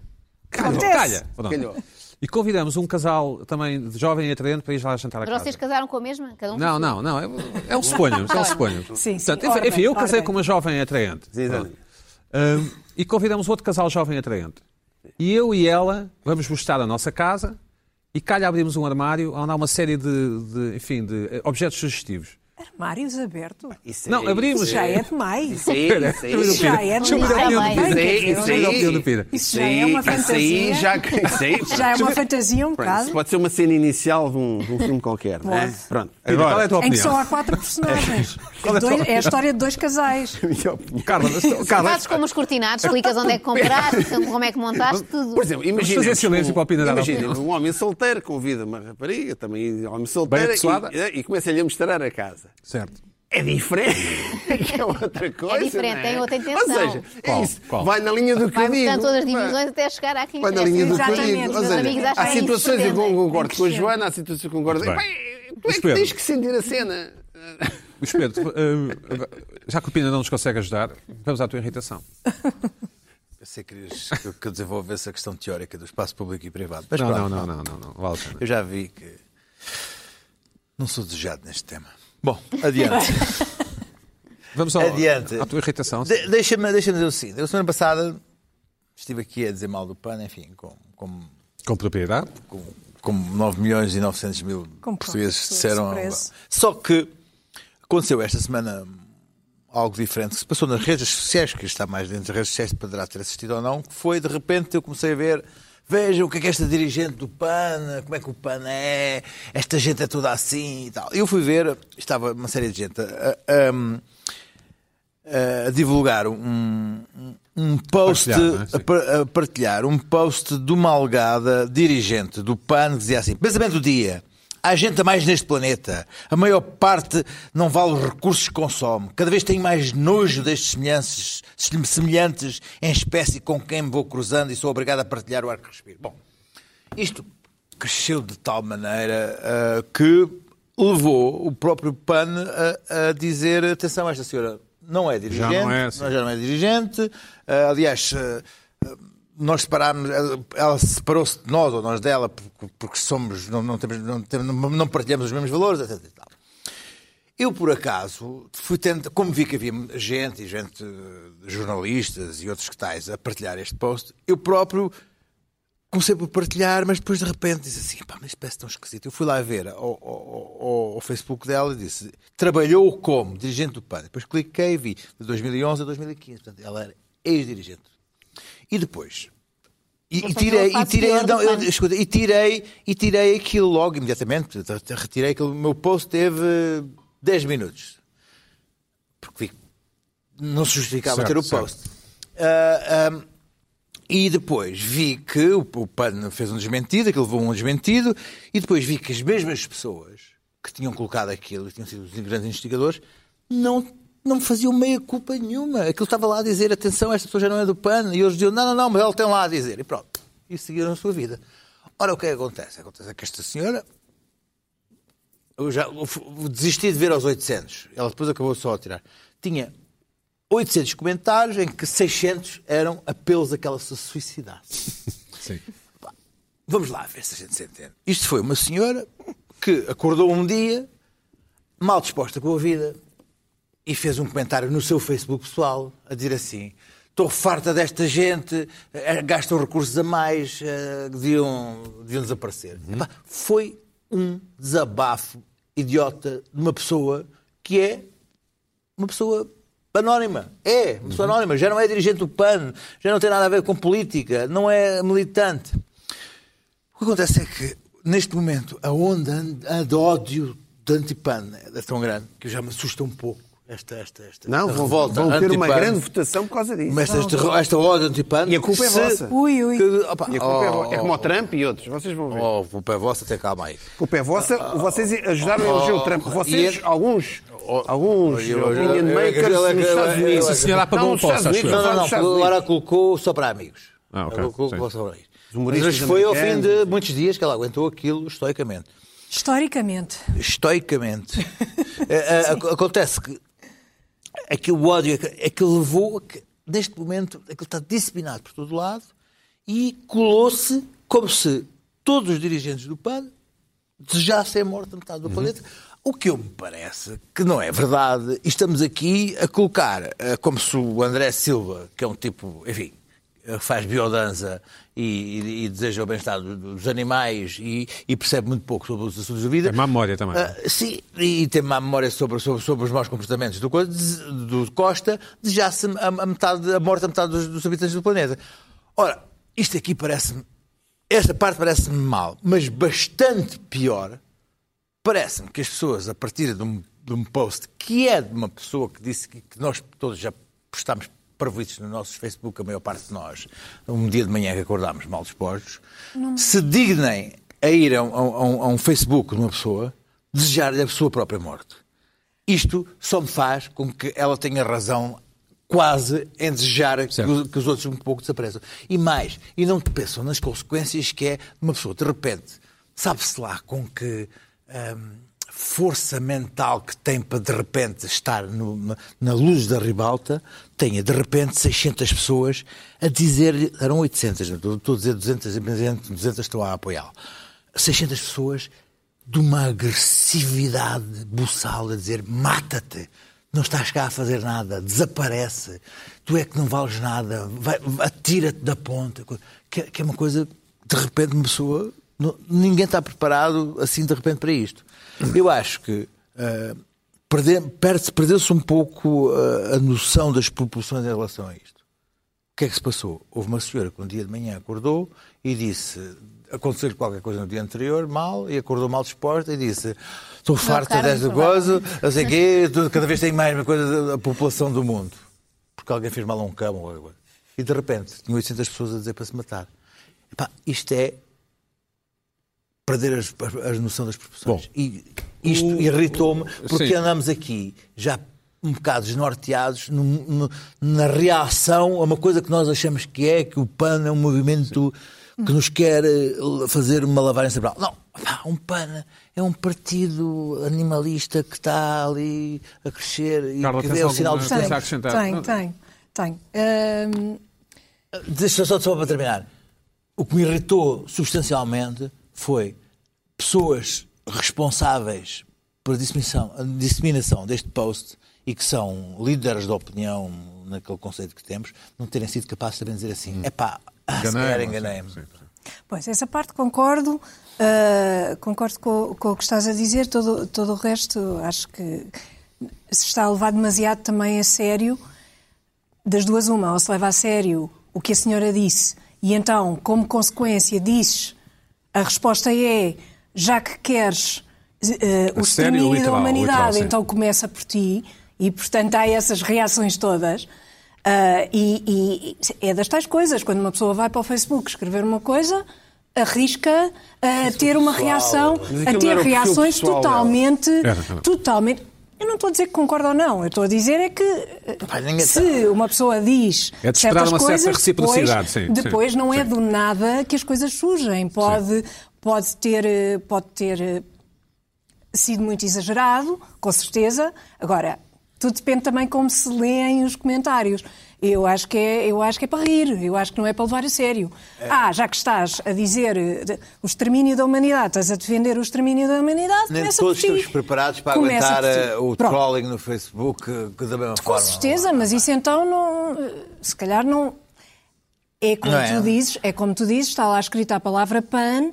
Speaker 1: Calha.
Speaker 3: Acontece.
Speaker 1: Calha. Pronto.
Speaker 4: Calhou.
Speaker 1: E convidamos um casal também de jovem e atraente para ir lá jantar a
Speaker 2: Mas vocês
Speaker 1: casa.
Speaker 2: casaram com a mesma? Cada um
Speaker 1: Não, não, não. É, é um suponho. É um suponho.
Speaker 3: Sim, sim,
Speaker 1: Portanto,
Speaker 3: ordem,
Speaker 1: enfim, eu casei
Speaker 3: ordem.
Speaker 1: com uma jovem e atraente.
Speaker 4: Sim,
Speaker 1: Pronto.
Speaker 4: exatamente.
Speaker 1: Hum, e convidamos outro casal jovem e atraente. E eu e ela vamos mostrar a nossa casa e calha abrimos um armário onde há uma série de, de, enfim, de eh, objetos sugestivos.
Speaker 3: Armários abertos.
Speaker 4: Isso
Speaker 1: Não,
Speaker 4: é-
Speaker 1: abrimos.
Speaker 3: Isso já é demais.
Speaker 4: Isso, isso, isso.
Speaker 3: Isso já é
Speaker 1: Deixa eu ver a opinião do Pina.
Speaker 3: demais.
Speaker 4: Isso aí,
Speaker 1: Deixa eu ver a opinião do Pina.
Speaker 3: Isso já é uma
Speaker 4: Isso aí
Speaker 3: fantasia.
Speaker 4: já, isso aí,
Speaker 3: Já é uma fantasia um bocado.
Speaker 4: Isso pode ser uma cena inicial de um, de um filme qualquer. não é?
Speaker 3: Pode.
Speaker 4: Pronto.
Speaker 1: Pina, qual é a
Speaker 4: Agora,
Speaker 1: tua
Speaker 3: Em que
Speaker 1: opinião?
Speaker 3: só há quatro personagens.
Speaker 1: Qual é a tua
Speaker 3: Dois- é a história de dois casais.
Speaker 1: Carla, então, Carla,
Speaker 2: Fazes como os cortinados, clicas onde é que compraste, como é que montaste, tudo.
Speaker 4: por exemplo, imagina.
Speaker 1: fazer silêncio para o Pina dar a
Speaker 4: Imagina,
Speaker 1: opinião.
Speaker 4: um homem solteiro convida uma rapariga, também homem solteiro,
Speaker 1: apessoada.
Speaker 4: e, e começa-lhe a mostrar a casa.
Speaker 1: certo.
Speaker 4: É diferente, que é outra coisa.
Speaker 2: diferente,
Speaker 4: não
Speaker 2: tem outra
Speaker 4: Ou
Speaker 2: intenção.
Speaker 4: seja,
Speaker 1: Qual?
Speaker 4: é isso.
Speaker 1: Qual?
Speaker 4: Vai na linha do que
Speaker 2: Vai
Speaker 4: eu digo.
Speaker 2: portanto todas as
Speaker 4: Vai-
Speaker 2: divisões até chegar à que
Speaker 4: Vai na linha do que eu
Speaker 2: interessa.
Speaker 3: Exatamente,
Speaker 4: digo. Ou
Speaker 3: meus
Speaker 4: seja,
Speaker 2: amigos é acham
Speaker 4: há
Speaker 2: isso
Speaker 4: situações em que eu
Speaker 2: pertencem.
Speaker 4: concordo com a
Speaker 3: Tem que
Speaker 4: Joana, há situações que eu concordo.
Speaker 1: Muito bem.
Speaker 4: Epá, Tu é
Speaker 1: Mas
Speaker 4: que
Speaker 1: Pedro-
Speaker 4: tens que sentir a cena.
Speaker 1: Luís Pedro, hum, agora- já que o Pina não nos consegue ajudar, vamos à tua irritação.
Speaker 5: Eu sei que querias que que eu desenvolvesse a questão teórica do espaço público e privado. Mas
Speaker 1: Não,
Speaker 5: pronto,
Speaker 1: não, não, não, não, não. Vale a pena.
Speaker 5: Eu já vi que não sou desejado neste tema. Bom, adiante.
Speaker 1: Vamos ao,
Speaker 5: Adiante.
Speaker 1: à tua irritação.
Speaker 5: De- Deixa-me deixa dizer o seguinte. Eu, semana passada, estive aqui a dizer mal do PAN, enfim, com, com,
Speaker 1: Com propriedade.
Speaker 5: com, com 9 milhões e 900 mil
Speaker 3: Com
Speaker 5: portugueses
Speaker 3: pouco,
Speaker 5: disseram.
Speaker 3: expresso.
Speaker 5: Só que aconteceu esta semana algo diferente que se passou nas redes sociais, que está mais dentro das redes sociais, poderá ter assistido ou não, que foi de repente eu comecei a ver. Vejam o que é que esta dirigente do PAN, como é que o PAN é, esta gente é toda assim e tal. Eu fui ver, estava uma série de gente a, eh, a- a divulgar um, um- um post,
Speaker 1: Partilhar, não é? Sim.
Speaker 5: a par- a partilhar um post de uma alegada dirigente do PAN que dizia assim: pensamento do dia. Há gente a mais neste planeta. A maior parte não vale os recursos que consome. Cada vez tenho mais nojo destes semelhantes, semelhantes em espécie com quem me vou cruzando e sou obrigado a partilhar o ar que respiro. Bom, isto cresceu de tal maneira ah, que levou o próprio PAN a, a dizer: atenção, esta senhora não é dirigente,
Speaker 1: não é, sim.
Speaker 5: já não é dirigente, ah, aliás. ah, ah, nós separámos, ela- ela separou-se de nós ou nós dela porque, porque somos, não, não, temos, não, temos, não partilhamos os mesmos valores, etc. e tal. Eu, por acaso, fui tendo, como vi que havia gente, e gente, eh, jornalistas e outros que tais, a partilhar este post, eu próprio comecei por partilhar, mas depois de repente disse assim: pá, mas isto parece tão esquisito. Eu fui lá ver ao, ao- ao- ao Facebook dela e disse: trabalhou como dirigente do PAN. Depois cliquei e vi de 2011 a 2015. Portanto, ela era ex-dirigente. E depois. E, e
Speaker 2: Portanto,
Speaker 5: tirei,
Speaker 2: ela
Speaker 5: e
Speaker 2: faz
Speaker 5: tirei,
Speaker 2: é pior do
Speaker 5: não, eu-
Speaker 2: PAN.
Speaker 5: escuta, e tirei, e tirei aquilo logo imediatamente. Portanto, Retirei aquilo. O meu post teve eh, 10 minutos. Porque vi que não se justificava
Speaker 1: Certo,
Speaker 5: ter o
Speaker 1: certo.
Speaker 5: post. Ah, ah, e depois vi que o, o PAN fez um desmentido, que levou um desmentido, e depois vi que as mesmas pessoas que tinham colocado aquilo, que tinham sido os grandes investigadores, não não me faziam meia culpa nenhuma. Aquilo estava lá a dizer, atenção, esta pessoa já não é do PAN. E eles diziam, não, não, não, mas ela tem lá a dizer. E pronto. E seguiram a sua vida. Ora, o que é que acontece? Acontece que esta senhora... Eu já eu f- desisti de ver aos 800. Ela depois acabou só a tirar. Tinha 800 comentários em que 600 eram apelos a que ela se suicidasse.
Speaker 1: Sim.
Speaker 5: Vamos lá ver se a gente se entende. Isto foi uma senhora que acordou um dia, mal disposta com a vida, e fez um comentário no seu Facebook pessoal a dizer assim: estou farta desta gente, eh, gastam recursos a mais, eh, deviam, deviam desaparecer. Epá, foi um desabafo idiota de uma pessoa que é uma pessoa anónima. É, uma
Speaker 4: Uhum.
Speaker 5: pessoa anónima. Já não é dirigente do PAN, já não tem nada a ver com política, não é militante. O que acontece é que, neste momento, a onda an- a de ódio de antipan é tão grande que já me assusta um pouco esta, esta, esta
Speaker 4: Não,
Speaker 5: a
Speaker 4: vão,
Speaker 5: revolta.
Speaker 4: vão ter uma
Speaker 5: antipan.
Speaker 4: grande votação por causa disso.
Speaker 5: Mas esta, esta ódio antipan.
Speaker 4: E a culpa é vossa.
Speaker 3: Ui, ui.
Speaker 5: Que, opa,
Speaker 4: E a culpa é vo- é,
Speaker 5: oh,
Speaker 4: como o Trump e outros, vocês vão ver.
Speaker 5: Oh, a culpa é vossa, até calma aí.
Speaker 4: A culpa é vossa,
Speaker 5: Ah,
Speaker 4: vocês ajudaram a eleger o Trump. Vocês,
Speaker 5: e- Oh,
Speaker 4: alguns, alguns
Speaker 5: eu- eu-
Speaker 4: opinion
Speaker 5: eu- eu-
Speaker 4: makers
Speaker 5: eu- eu-
Speaker 4: nos Estados
Speaker 5: eu-
Speaker 4: Unidos.
Speaker 5: essa
Speaker 1: senhora apagou
Speaker 4: Não,
Speaker 1: um
Speaker 4: nos
Speaker 1: poço,
Speaker 4: Estados
Speaker 1: acho
Speaker 4: Unidos,
Speaker 1: eu.
Speaker 5: Não, não,
Speaker 4: nos
Speaker 5: não,
Speaker 4: Estados Unidos.
Speaker 5: agora colocou só para amigos.
Speaker 1: Ah, ok,
Speaker 5: Agora
Speaker 1: sim.
Speaker 5: colocou só para amigos.
Speaker 4: humoristas
Speaker 5: Mas foi ao fim
Speaker 4: americanos.
Speaker 5: de muitos dias que ela aguentou aquilo estoicamente.
Speaker 3: Historicamente.
Speaker 5: estoicamente. A- a- ac- acontece que aquele ódio é que, é que levou a que, neste momento, aquilo está disseminado por todo lado e colou-se como se todos os dirigentes do PAN desejassem a morte da metade do planeta. O que eu me parece que não é verdade. E estamos aqui a colocar, eh, como se o André Silva, que é um tipo, enfim, eh, faz biodança e, e- e deseja o bem-estar do- dos animais e, e percebe muito pouco sobre os assuntos da vida.
Speaker 1: É má memória também.
Speaker 5: Ah, sim, e tem má memória sobre, sobre, sobre os maus comportamentos do, Co- do Costa, desejasse a, a, metade, a morte a metade dos, dos habitantes do planeta. Ora, isto aqui parece-me. Esta parte parece-me mal, mas bastante pior. Parece-me que as pessoas, a partir de um, de um post que é de uma pessoa que disse que, que nós todos já postámos parvoíces no nosso Facebook, a maior parte de nós, um dia de manhã que acordámos mal dispostos, se dignem a ir a um, a um- a um Facebook de uma pessoa desejar-lhe a sua própria morte. Isto só me faz com que ela tenha razão quase em desejar que
Speaker 1: Certo.
Speaker 5: os, que os outros um pouco desapareçam. E mais, e não pensam nas consequências que é uma pessoa, de repente, sabe-se lá com que hum, força mental que tem para, de repente, estar no- na- na luz da ribalta, tenha, de repente, 600 pessoas a dizer-lhe... Eram 800, não é? estou- estou a dizer 200, mas é 200 estão a apoiá-lo. 600 pessoas de uma agressividade buçal a dizer mata-te, não estás cá a fazer nada, desaparece, tu é que não vales nada, vai- atira-te da ponta, co- que, que é uma coisa, de repente, uma pessoa, não- ninguém está preparado assim de repente para isto. Eu acho que ah, perde- perde-se perdeu-se um pouco ah, a noção das proporções em relação a isto. O que é que se passou? Houve uma senhora que um dia de manhã acordou e disse. Aconteceu-lhe qualquer coisa no dia anterior, mal, e acordou mal disposta e disse: Estou farta
Speaker 2: Carmen,
Speaker 5: deste
Speaker 2: por favor."
Speaker 5: gozo, não sei quê, tu- cada vez tem mais uma coisa da- da população do mundo. Porque alguém fez mal a um cão ou qualquer coisa. E de repente, tinha 800 pessoas a dizer para se matar. Epá, isto é perder as, as, as noção das proporções.
Speaker 1: Bom.
Speaker 5: e isto irritou-me, porque
Speaker 1: Sim.
Speaker 5: andamos aqui já um bocado desnorteados num- num- na reação a uma coisa que nós achamos que é, que o PAN é um movimento que nos quer eh, fazer uma lavagem cerebral. Não, pá, um PAN é um partido animalista que está ali a crescer e
Speaker 1: Carla,
Speaker 5: que
Speaker 1: tens
Speaker 5: é o
Speaker 1: alguma
Speaker 5: sinal de
Speaker 1: coisa
Speaker 5: tempo.
Speaker 1: a acrescentar?
Speaker 3: Tenho,
Speaker 1: Não.
Speaker 3: tenho, tenho. Ahm,
Speaker 5: Deixa só, só para terminar. O que me irritou substancialmente foi pessoas responsáveis pela disseminação, a disseminação deste post e que são líderes da opinião naquele conceito que temos, não terem sido capazes de também dizer assim, é pá, se calhar
Speaker 1: Hum. Enganei-me,
Speaker 5: enganei-me.
Speaker 1: sim, sim.
Speaker 3: Pois, essa parte concordo, ah, concordo com, o- com o que estás a dizer, todo, todo o resto acho que se está a levar demasiado também a sério, das duas uma, ou se leva a sério o que a senhora disse e então, como consequência, diz, a resposta é, já que queres eh, o
Speaker 1: A sério,
Speaker 3: extermínio da
Speaker 1: literal,
Speaker 3: humanidade,
Speaker 1: literal, sim.
Speaker 3: então então começa por ti e, portanto, há essas reações todas. Ah, e, e é das tais coisas, quando uma pessoa vai para o Facebook escrever uma coisa, arrisca a ter uma reação,
Speaker 4: Mas aquilo
Speaker 3: a
Speaker 4: não era
Speaker 3: ter
Speaker 4: o perfil
Speaker 3: reações
Speaker 4: pessoal dela.
Speaker 3: totalmente,
Speaker 1: Era, era.
Speaker 3: totalmente. Eu não estou a dizer que concordo ou não. Eu estou a dizer é que
Speaker 5: Pá, ninguém
Speaker 3: se uma pessoa diz
Speaker 1: É de esperar
Speaker 3: certas
Speaker 1: uma certa
Speaker 3: coisas,
Speaker 1: reciprocidade,
Speaker 3: depois,
Speaker 1: sim,
Speaker 3: depois
Speaker 1: sim,
Speaker 3: não é
Speaker 1: sim.
Speaker 3: do nada que as coisas surgem. Pode, pode ter, eh, pode ter eh, sido muito exagerado, com certeza. Agora, tudo depende também como se leem os comentários. Eu acho que é, eu acho que é para rir, eu acho que não é para levar a sério.
Speaker 5: É.
Speaker 3: Ah, já que estás a dizer eh, de- o extermínio da humanidade, estás a defender o extermínio da humanidade,
Speaker 5: Nem
Speaker 3: começa por
Speaker 5: todos
Speaker 3: ti.
Speaker 5: estamos preparados para
Speaker 3: Começa
Speaker 5: aguentar
Speaker 3: por ti.
Speaker 5: eh, o
Speaker 3: Pronto.
Speaker 5: trolling no Facebook eh, que da mesma
Speaker 3: Com
Speaker 5: forma.
Speaker 3: certeza, mas isso então não. Se calhar não. É como
Speaker 5: Não é?
Speaker 3: tu dizes, é como tu dizes, está lá escrita a palavra PAN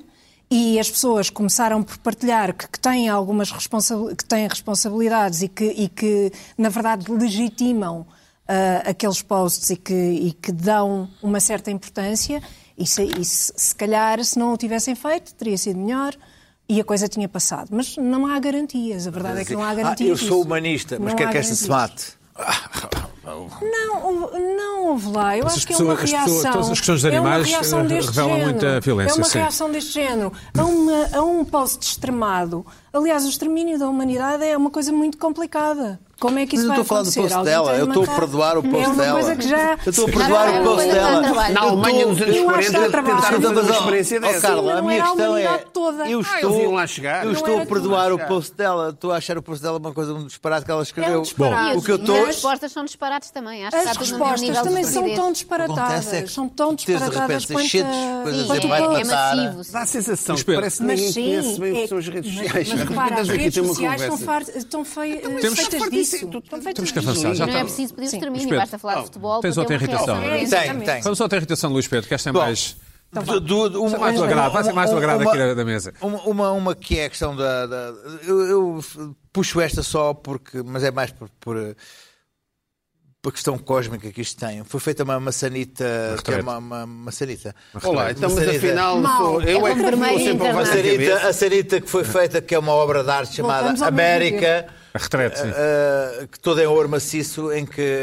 Speaker 3: e as pessoas começaram por partilhar que, que têm algumas responsa- que têm responsabilidades e que, e que na verdade legitimam ah, aqueles posts e que, e que dão uma certa importância e se, e se- se calhar se não o tivessem feito teria sido melhor e a coisa tinha passado. Mas não há garantias, a verdade é que não há
Speaker 5: Ah,
Speaker 3: garantias.
Speaker 5: eu sou
Speaker 3: disso.
Speaker 5: humanista, mas
Speaker 3: Não
Speaker 5: quero
Speaker 3: há
Speaker 5: que esta se
Speaker 3: garantias.
Speaker 5: mate.
Speaker 3: Não, houve- não houve lá. Eu
Speaker 1: Mas
Speaker 3: acho
Speaker 1: as
Speaker 3: que é
Speaker 1: pessoas-
Speaker 3: uma
Speaker 1: as pessoas-
Speaker 3: reação.
Speaker 1: todas as questões dos
Speaker 3: é uma
Speaker 1: animais,
Speaker 3: reação
Speaker 1: eh,
Speaker 3: deste
Speaker 1: revelam
Speaker 3: género.
Speaker 1: muita violência,
Speaker 3: É uma
Speaker 1: sim.
Speaker 3: reação deste género. A, uma- a um post extremado. Aliás, o extermínio da humanidade é uma coisa muito complicada. Como é que
Speaker 5: Mas
Speaker 3: isso
Speaker 5: eu
Speaker 3: vai
Speaker 5: estou a falar do
Speaker 3: acontecer?
Speaker 5: post
Speaker 3: Alguém
Speaker 5: dela,
Speaker 3: tem de
Speaker 5: eu estou a
Speaker 3: matar.
Speaker 5: perdoar o
Speaker 3: É
Speaker 5: post
Speaker 3: uma
Speaker 5: dela.
Speaker 3: coisa que já...
Speaker 5: Eu estou a
Speaker 2: Sim.
Speaker 5: perdoar
Speaker 2: Não,
Speaker 5: o
Speaker 2: não,
Speaker 5: post
Speaker 2: não, não, não, não.
Speaker 5: dela.
Speaker 2: Na
Speaker 4: Alemanha, nos anos
Speaker 3: Eu acho que dá
Speaker 4: 40,
Speaker 3: trabalho.
Speaker 4: tentaram fazer uma
Speaker 5: Mas, ó,
Speaker 4: experiência
Speaker 5: ó,
Speaker 4: dessa.
Speaker 5: Carla,
Speaker 3: mas
Speaker 5: a
Speaker 3: não
Speaker 5: minha
Speaker 3: era a
Speaker 5: questão é.
Speaker 3: humanidade toda.
Speaker 5: Eu
Speaker 3: Ah, eles
Speaker 5: estou,
Speaker 4: iam lá chegar.
Speaker 5: eu
Speaker 4: Não
Speaker 5: estou
Speaker 3: era
Speaker 5: a
Speaker 3: tudo
Speaker 5: perdoar
Speaker 4: lá
Speaker 5: o
Speaker 4: chegar.
Speaker 5: post dela. Estou a achar o post dela uma coisa, um disparate que ela escreveu.
Speaker 3: disparate.
Speaker 2: E
Speaker 5: o que eu
Speaker 2: as-
Speaker 5: estou.
Speaker 2: As respostas são disparates também. Acho que
Speaker 3: As
Speaker 2: está tudo no mesmo
Speaker 3: respostas
Speaker 2: nível de
Speaker 3: também são
Speaker 2: estupidez.
Speaker 3: tão
Speaker 5: Acontece é
Speaker 3: disparatadas.
Speaker 5: que
Speaker 3: São tão
Speaker 5: tu tens de
Speaker 3: disparatadas
Speaker 5: repente cheio de coisas
Speaker 3: quanto
Speaker 2: Sim,
Speaker 5: a dizer,
Speaker 3: quanto
Speaker 5: vai
Speaker 2: é,
Speaker 3: pode.
Speaker 2: é
Speaker 5: matar.
Speaker 2: massivo. sim.
Speaker 4: Dá a sensação que
Speaker 1: Espera.
Speaker 4: parece que
Speaker 3: Mas
Speaker 4: ninguém
Speaker 3: sim,
Speaker 4: conhece bem o que
Speaker 3: é-
Speaker 4: são as redes
Speaker 3: mas-
Speaker 4: sociais.
Speaker 3: Mas,
Speaker 4: De repente
Speaker 3: repara, as
Speaker 4: estamos aqui a
Speaker 3: redes
Speaker 4: ter uma
Speaker 3: sociais estão,
Speaker 4: conversa. Então,
Speaker 3: far, estão fei,
Speaker 1: Temos-
Speaker 3: feitas
Speaker 4: Temos
Speaker 3: disso.
Speaker 4: que
Speaker 3: Estão feitas
Speaker 1: Temos que
Speaker 3: disso.
Speaker 1: avançar, já
Speaker 2: Não é
Speaker 1: está.
Speaker 2: preciso pedir o extermínio,
Speaker 1: Pedro,
Speaker 2: basta falar de futebol.
Speaker 1: tens
Speaker 2: para ter
Speaker 1: outra
Speaker 2: uma
Speaker 1: irritação,
Speaker 2: reação.
Speaker 1: não é?
Speaker 5: Tem, tem.
Speaker 1: Vamos só ter a irritação do Luís Pedro, que esta é
Speaker 5: Bom,
Speaker 1: mais.
Speaker 5: do- do- do-
Speaker 1: Isso é mais do
Speaker 5: uma-
Speaker 1: agrado, vai ser mais do
Speaker 5: uma-
Speaker 1: agrado aqui da- da mesa.
Speaker 5: Uma, uma, uma que é a questão da. da- eu, eu f- puxo esta só porque. Mas é mais por. por eh, por questão cósmica que isto tem. Foi feita uma maçanita. Que é
Speaker 1: retrete.
Speaker 5: uma, uma maçanita.
Speaker 4: Olá, então, mas
Speaker 5: Maçanita.
Speaker 4: afinal,
Speaker 3: Mal.
Speaker 4: sou- eu
Speaker 2: É
Speaker 4: é que
Speaker 2: com vermelho
Speaker 4: estou sempre a
Speaker 2: internado.
Speaker 4: levar a
Speaker 5: Maçanita-
Speaker 4: cabeça.
Speaker 5: a sanita que foi feita, que é uma obra de arte chamada
Speaker 3: Voltamos ao mesmo
Speaker 5: América.
Speaker 1: A retrete, Ah, sim.
Speaker 5: Uh, que toda em ouro maciço, em que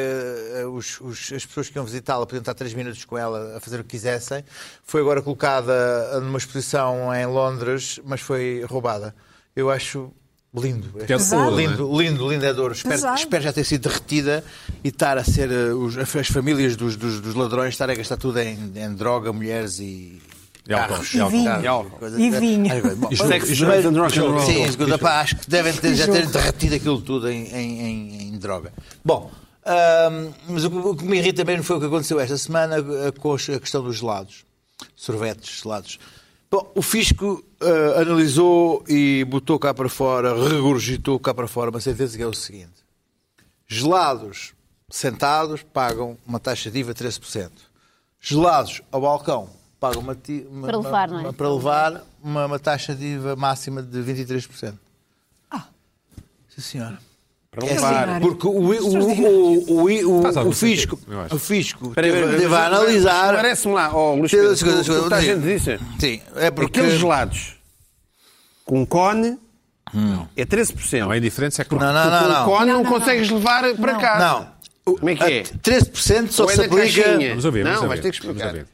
Speaker 5: uh, os- os- as pessoas que iam visitá-la podiam estar três minutos com ela a fazer o que quisessem. Foi agora colocada numa exposição em Londres, mas foi roubada. Eu acho lindo.
Speaker 1: é de ouro, não é?
Speaker 5: lindo, lindo, lindo é de ouro. Espero,
Speaker 3: Pesado.
Speaker 5: espero já ter sido derretida e estar a ser uh, os- as famílias dos, dos- dos ladrões estarem a gastar tudo em, em droga, mulheres e.
Speaker 1: E álcool,
Speaker 5: carros.
Speaker 1: e álcool.
Speaker 5: Carros,
Speaker 1: E álcool.
Speaker 5: coisas-
Speaker 3: E vinho.
Speaker 5: Ai, bom, é
Speaker 1: E jogo,
Speaker 5: mas-
Speaker 1: e jogos
Speaker 4: and rock and roll.
Speaker 5: Sim, escuta, pá, acho que devem ter, já ter derretido aquilo tudo em, em- em- em droga. Bom, ahm, mas o que, o que me irrita mesmo foi o que aconteceu esta semana eh, com os- a questão dos gelados, sorvetes, gelados. Bom, o fisco eh, analisou e botou cá para fora, regurgitou cá para fora uma certeza que é o seguinte: gelados sentados pagam uma taxa de IVA de 13%. Gelados ao balcão pagam uma, ti- uma-
Speaker 2: Para levar, não é?
Speaker 5: uma- para levar uma, uma taxa de IVA máxima de 23%. Ah, Sim, senhora. É assim,
Speaker 3: levar.
Speaker 5: porque o, o- o- o- o-
Speaker 1: Faz algum
Speaker 5: o fisco,
Speaker 1: sentido, eu acho.
Speaker 5: o fisco
Speaker 4: Espera aí,
Speaker 5: teve,
Speaker 4: mas-
Speaker 5: teve a
Speaker 4: mas-
Speaker 5: analisar.
Speaker 4: Parece-me lá, ó, Luís
Speaker 5: Teve-
Speaker 4: Pedro,
Speaker 5: escuta,
Speaker 4: tu-
Speaker 5: escuta,
Speaker 4: tu tá estás
Speaker 5: sim.
Speaker 4: dentro disso?
Speaker 5: Sim, é porque.
Speaker 4: Aqueles gelados com cone é 13%.
Speaker 1: Não, a indiferença é que
Speaker 5: Não, não,
Speaker 4: Tu
Speaker 5: não.
Speaker 4: Com
Speaker 5: não.
Speaker 4: cone não, consegues levar para casa.
Speaker 5: Não.
Speaker 4: Como é que é?
Speaker 5: A 13% só
Speaker 4: Ou é
Speaker 5: se
Speaker 4: na
Speaker 5: aplica.
Speaker 4: caixinha?
Speaker 1: Vamos ouvir, vamos
Speaker 4: Não,
Speaker 1: ouvir.
Speaker 4: vais ter que
Speaker 1: Vamos
Speaker 4: explicar.
Speaker 1: ouvir.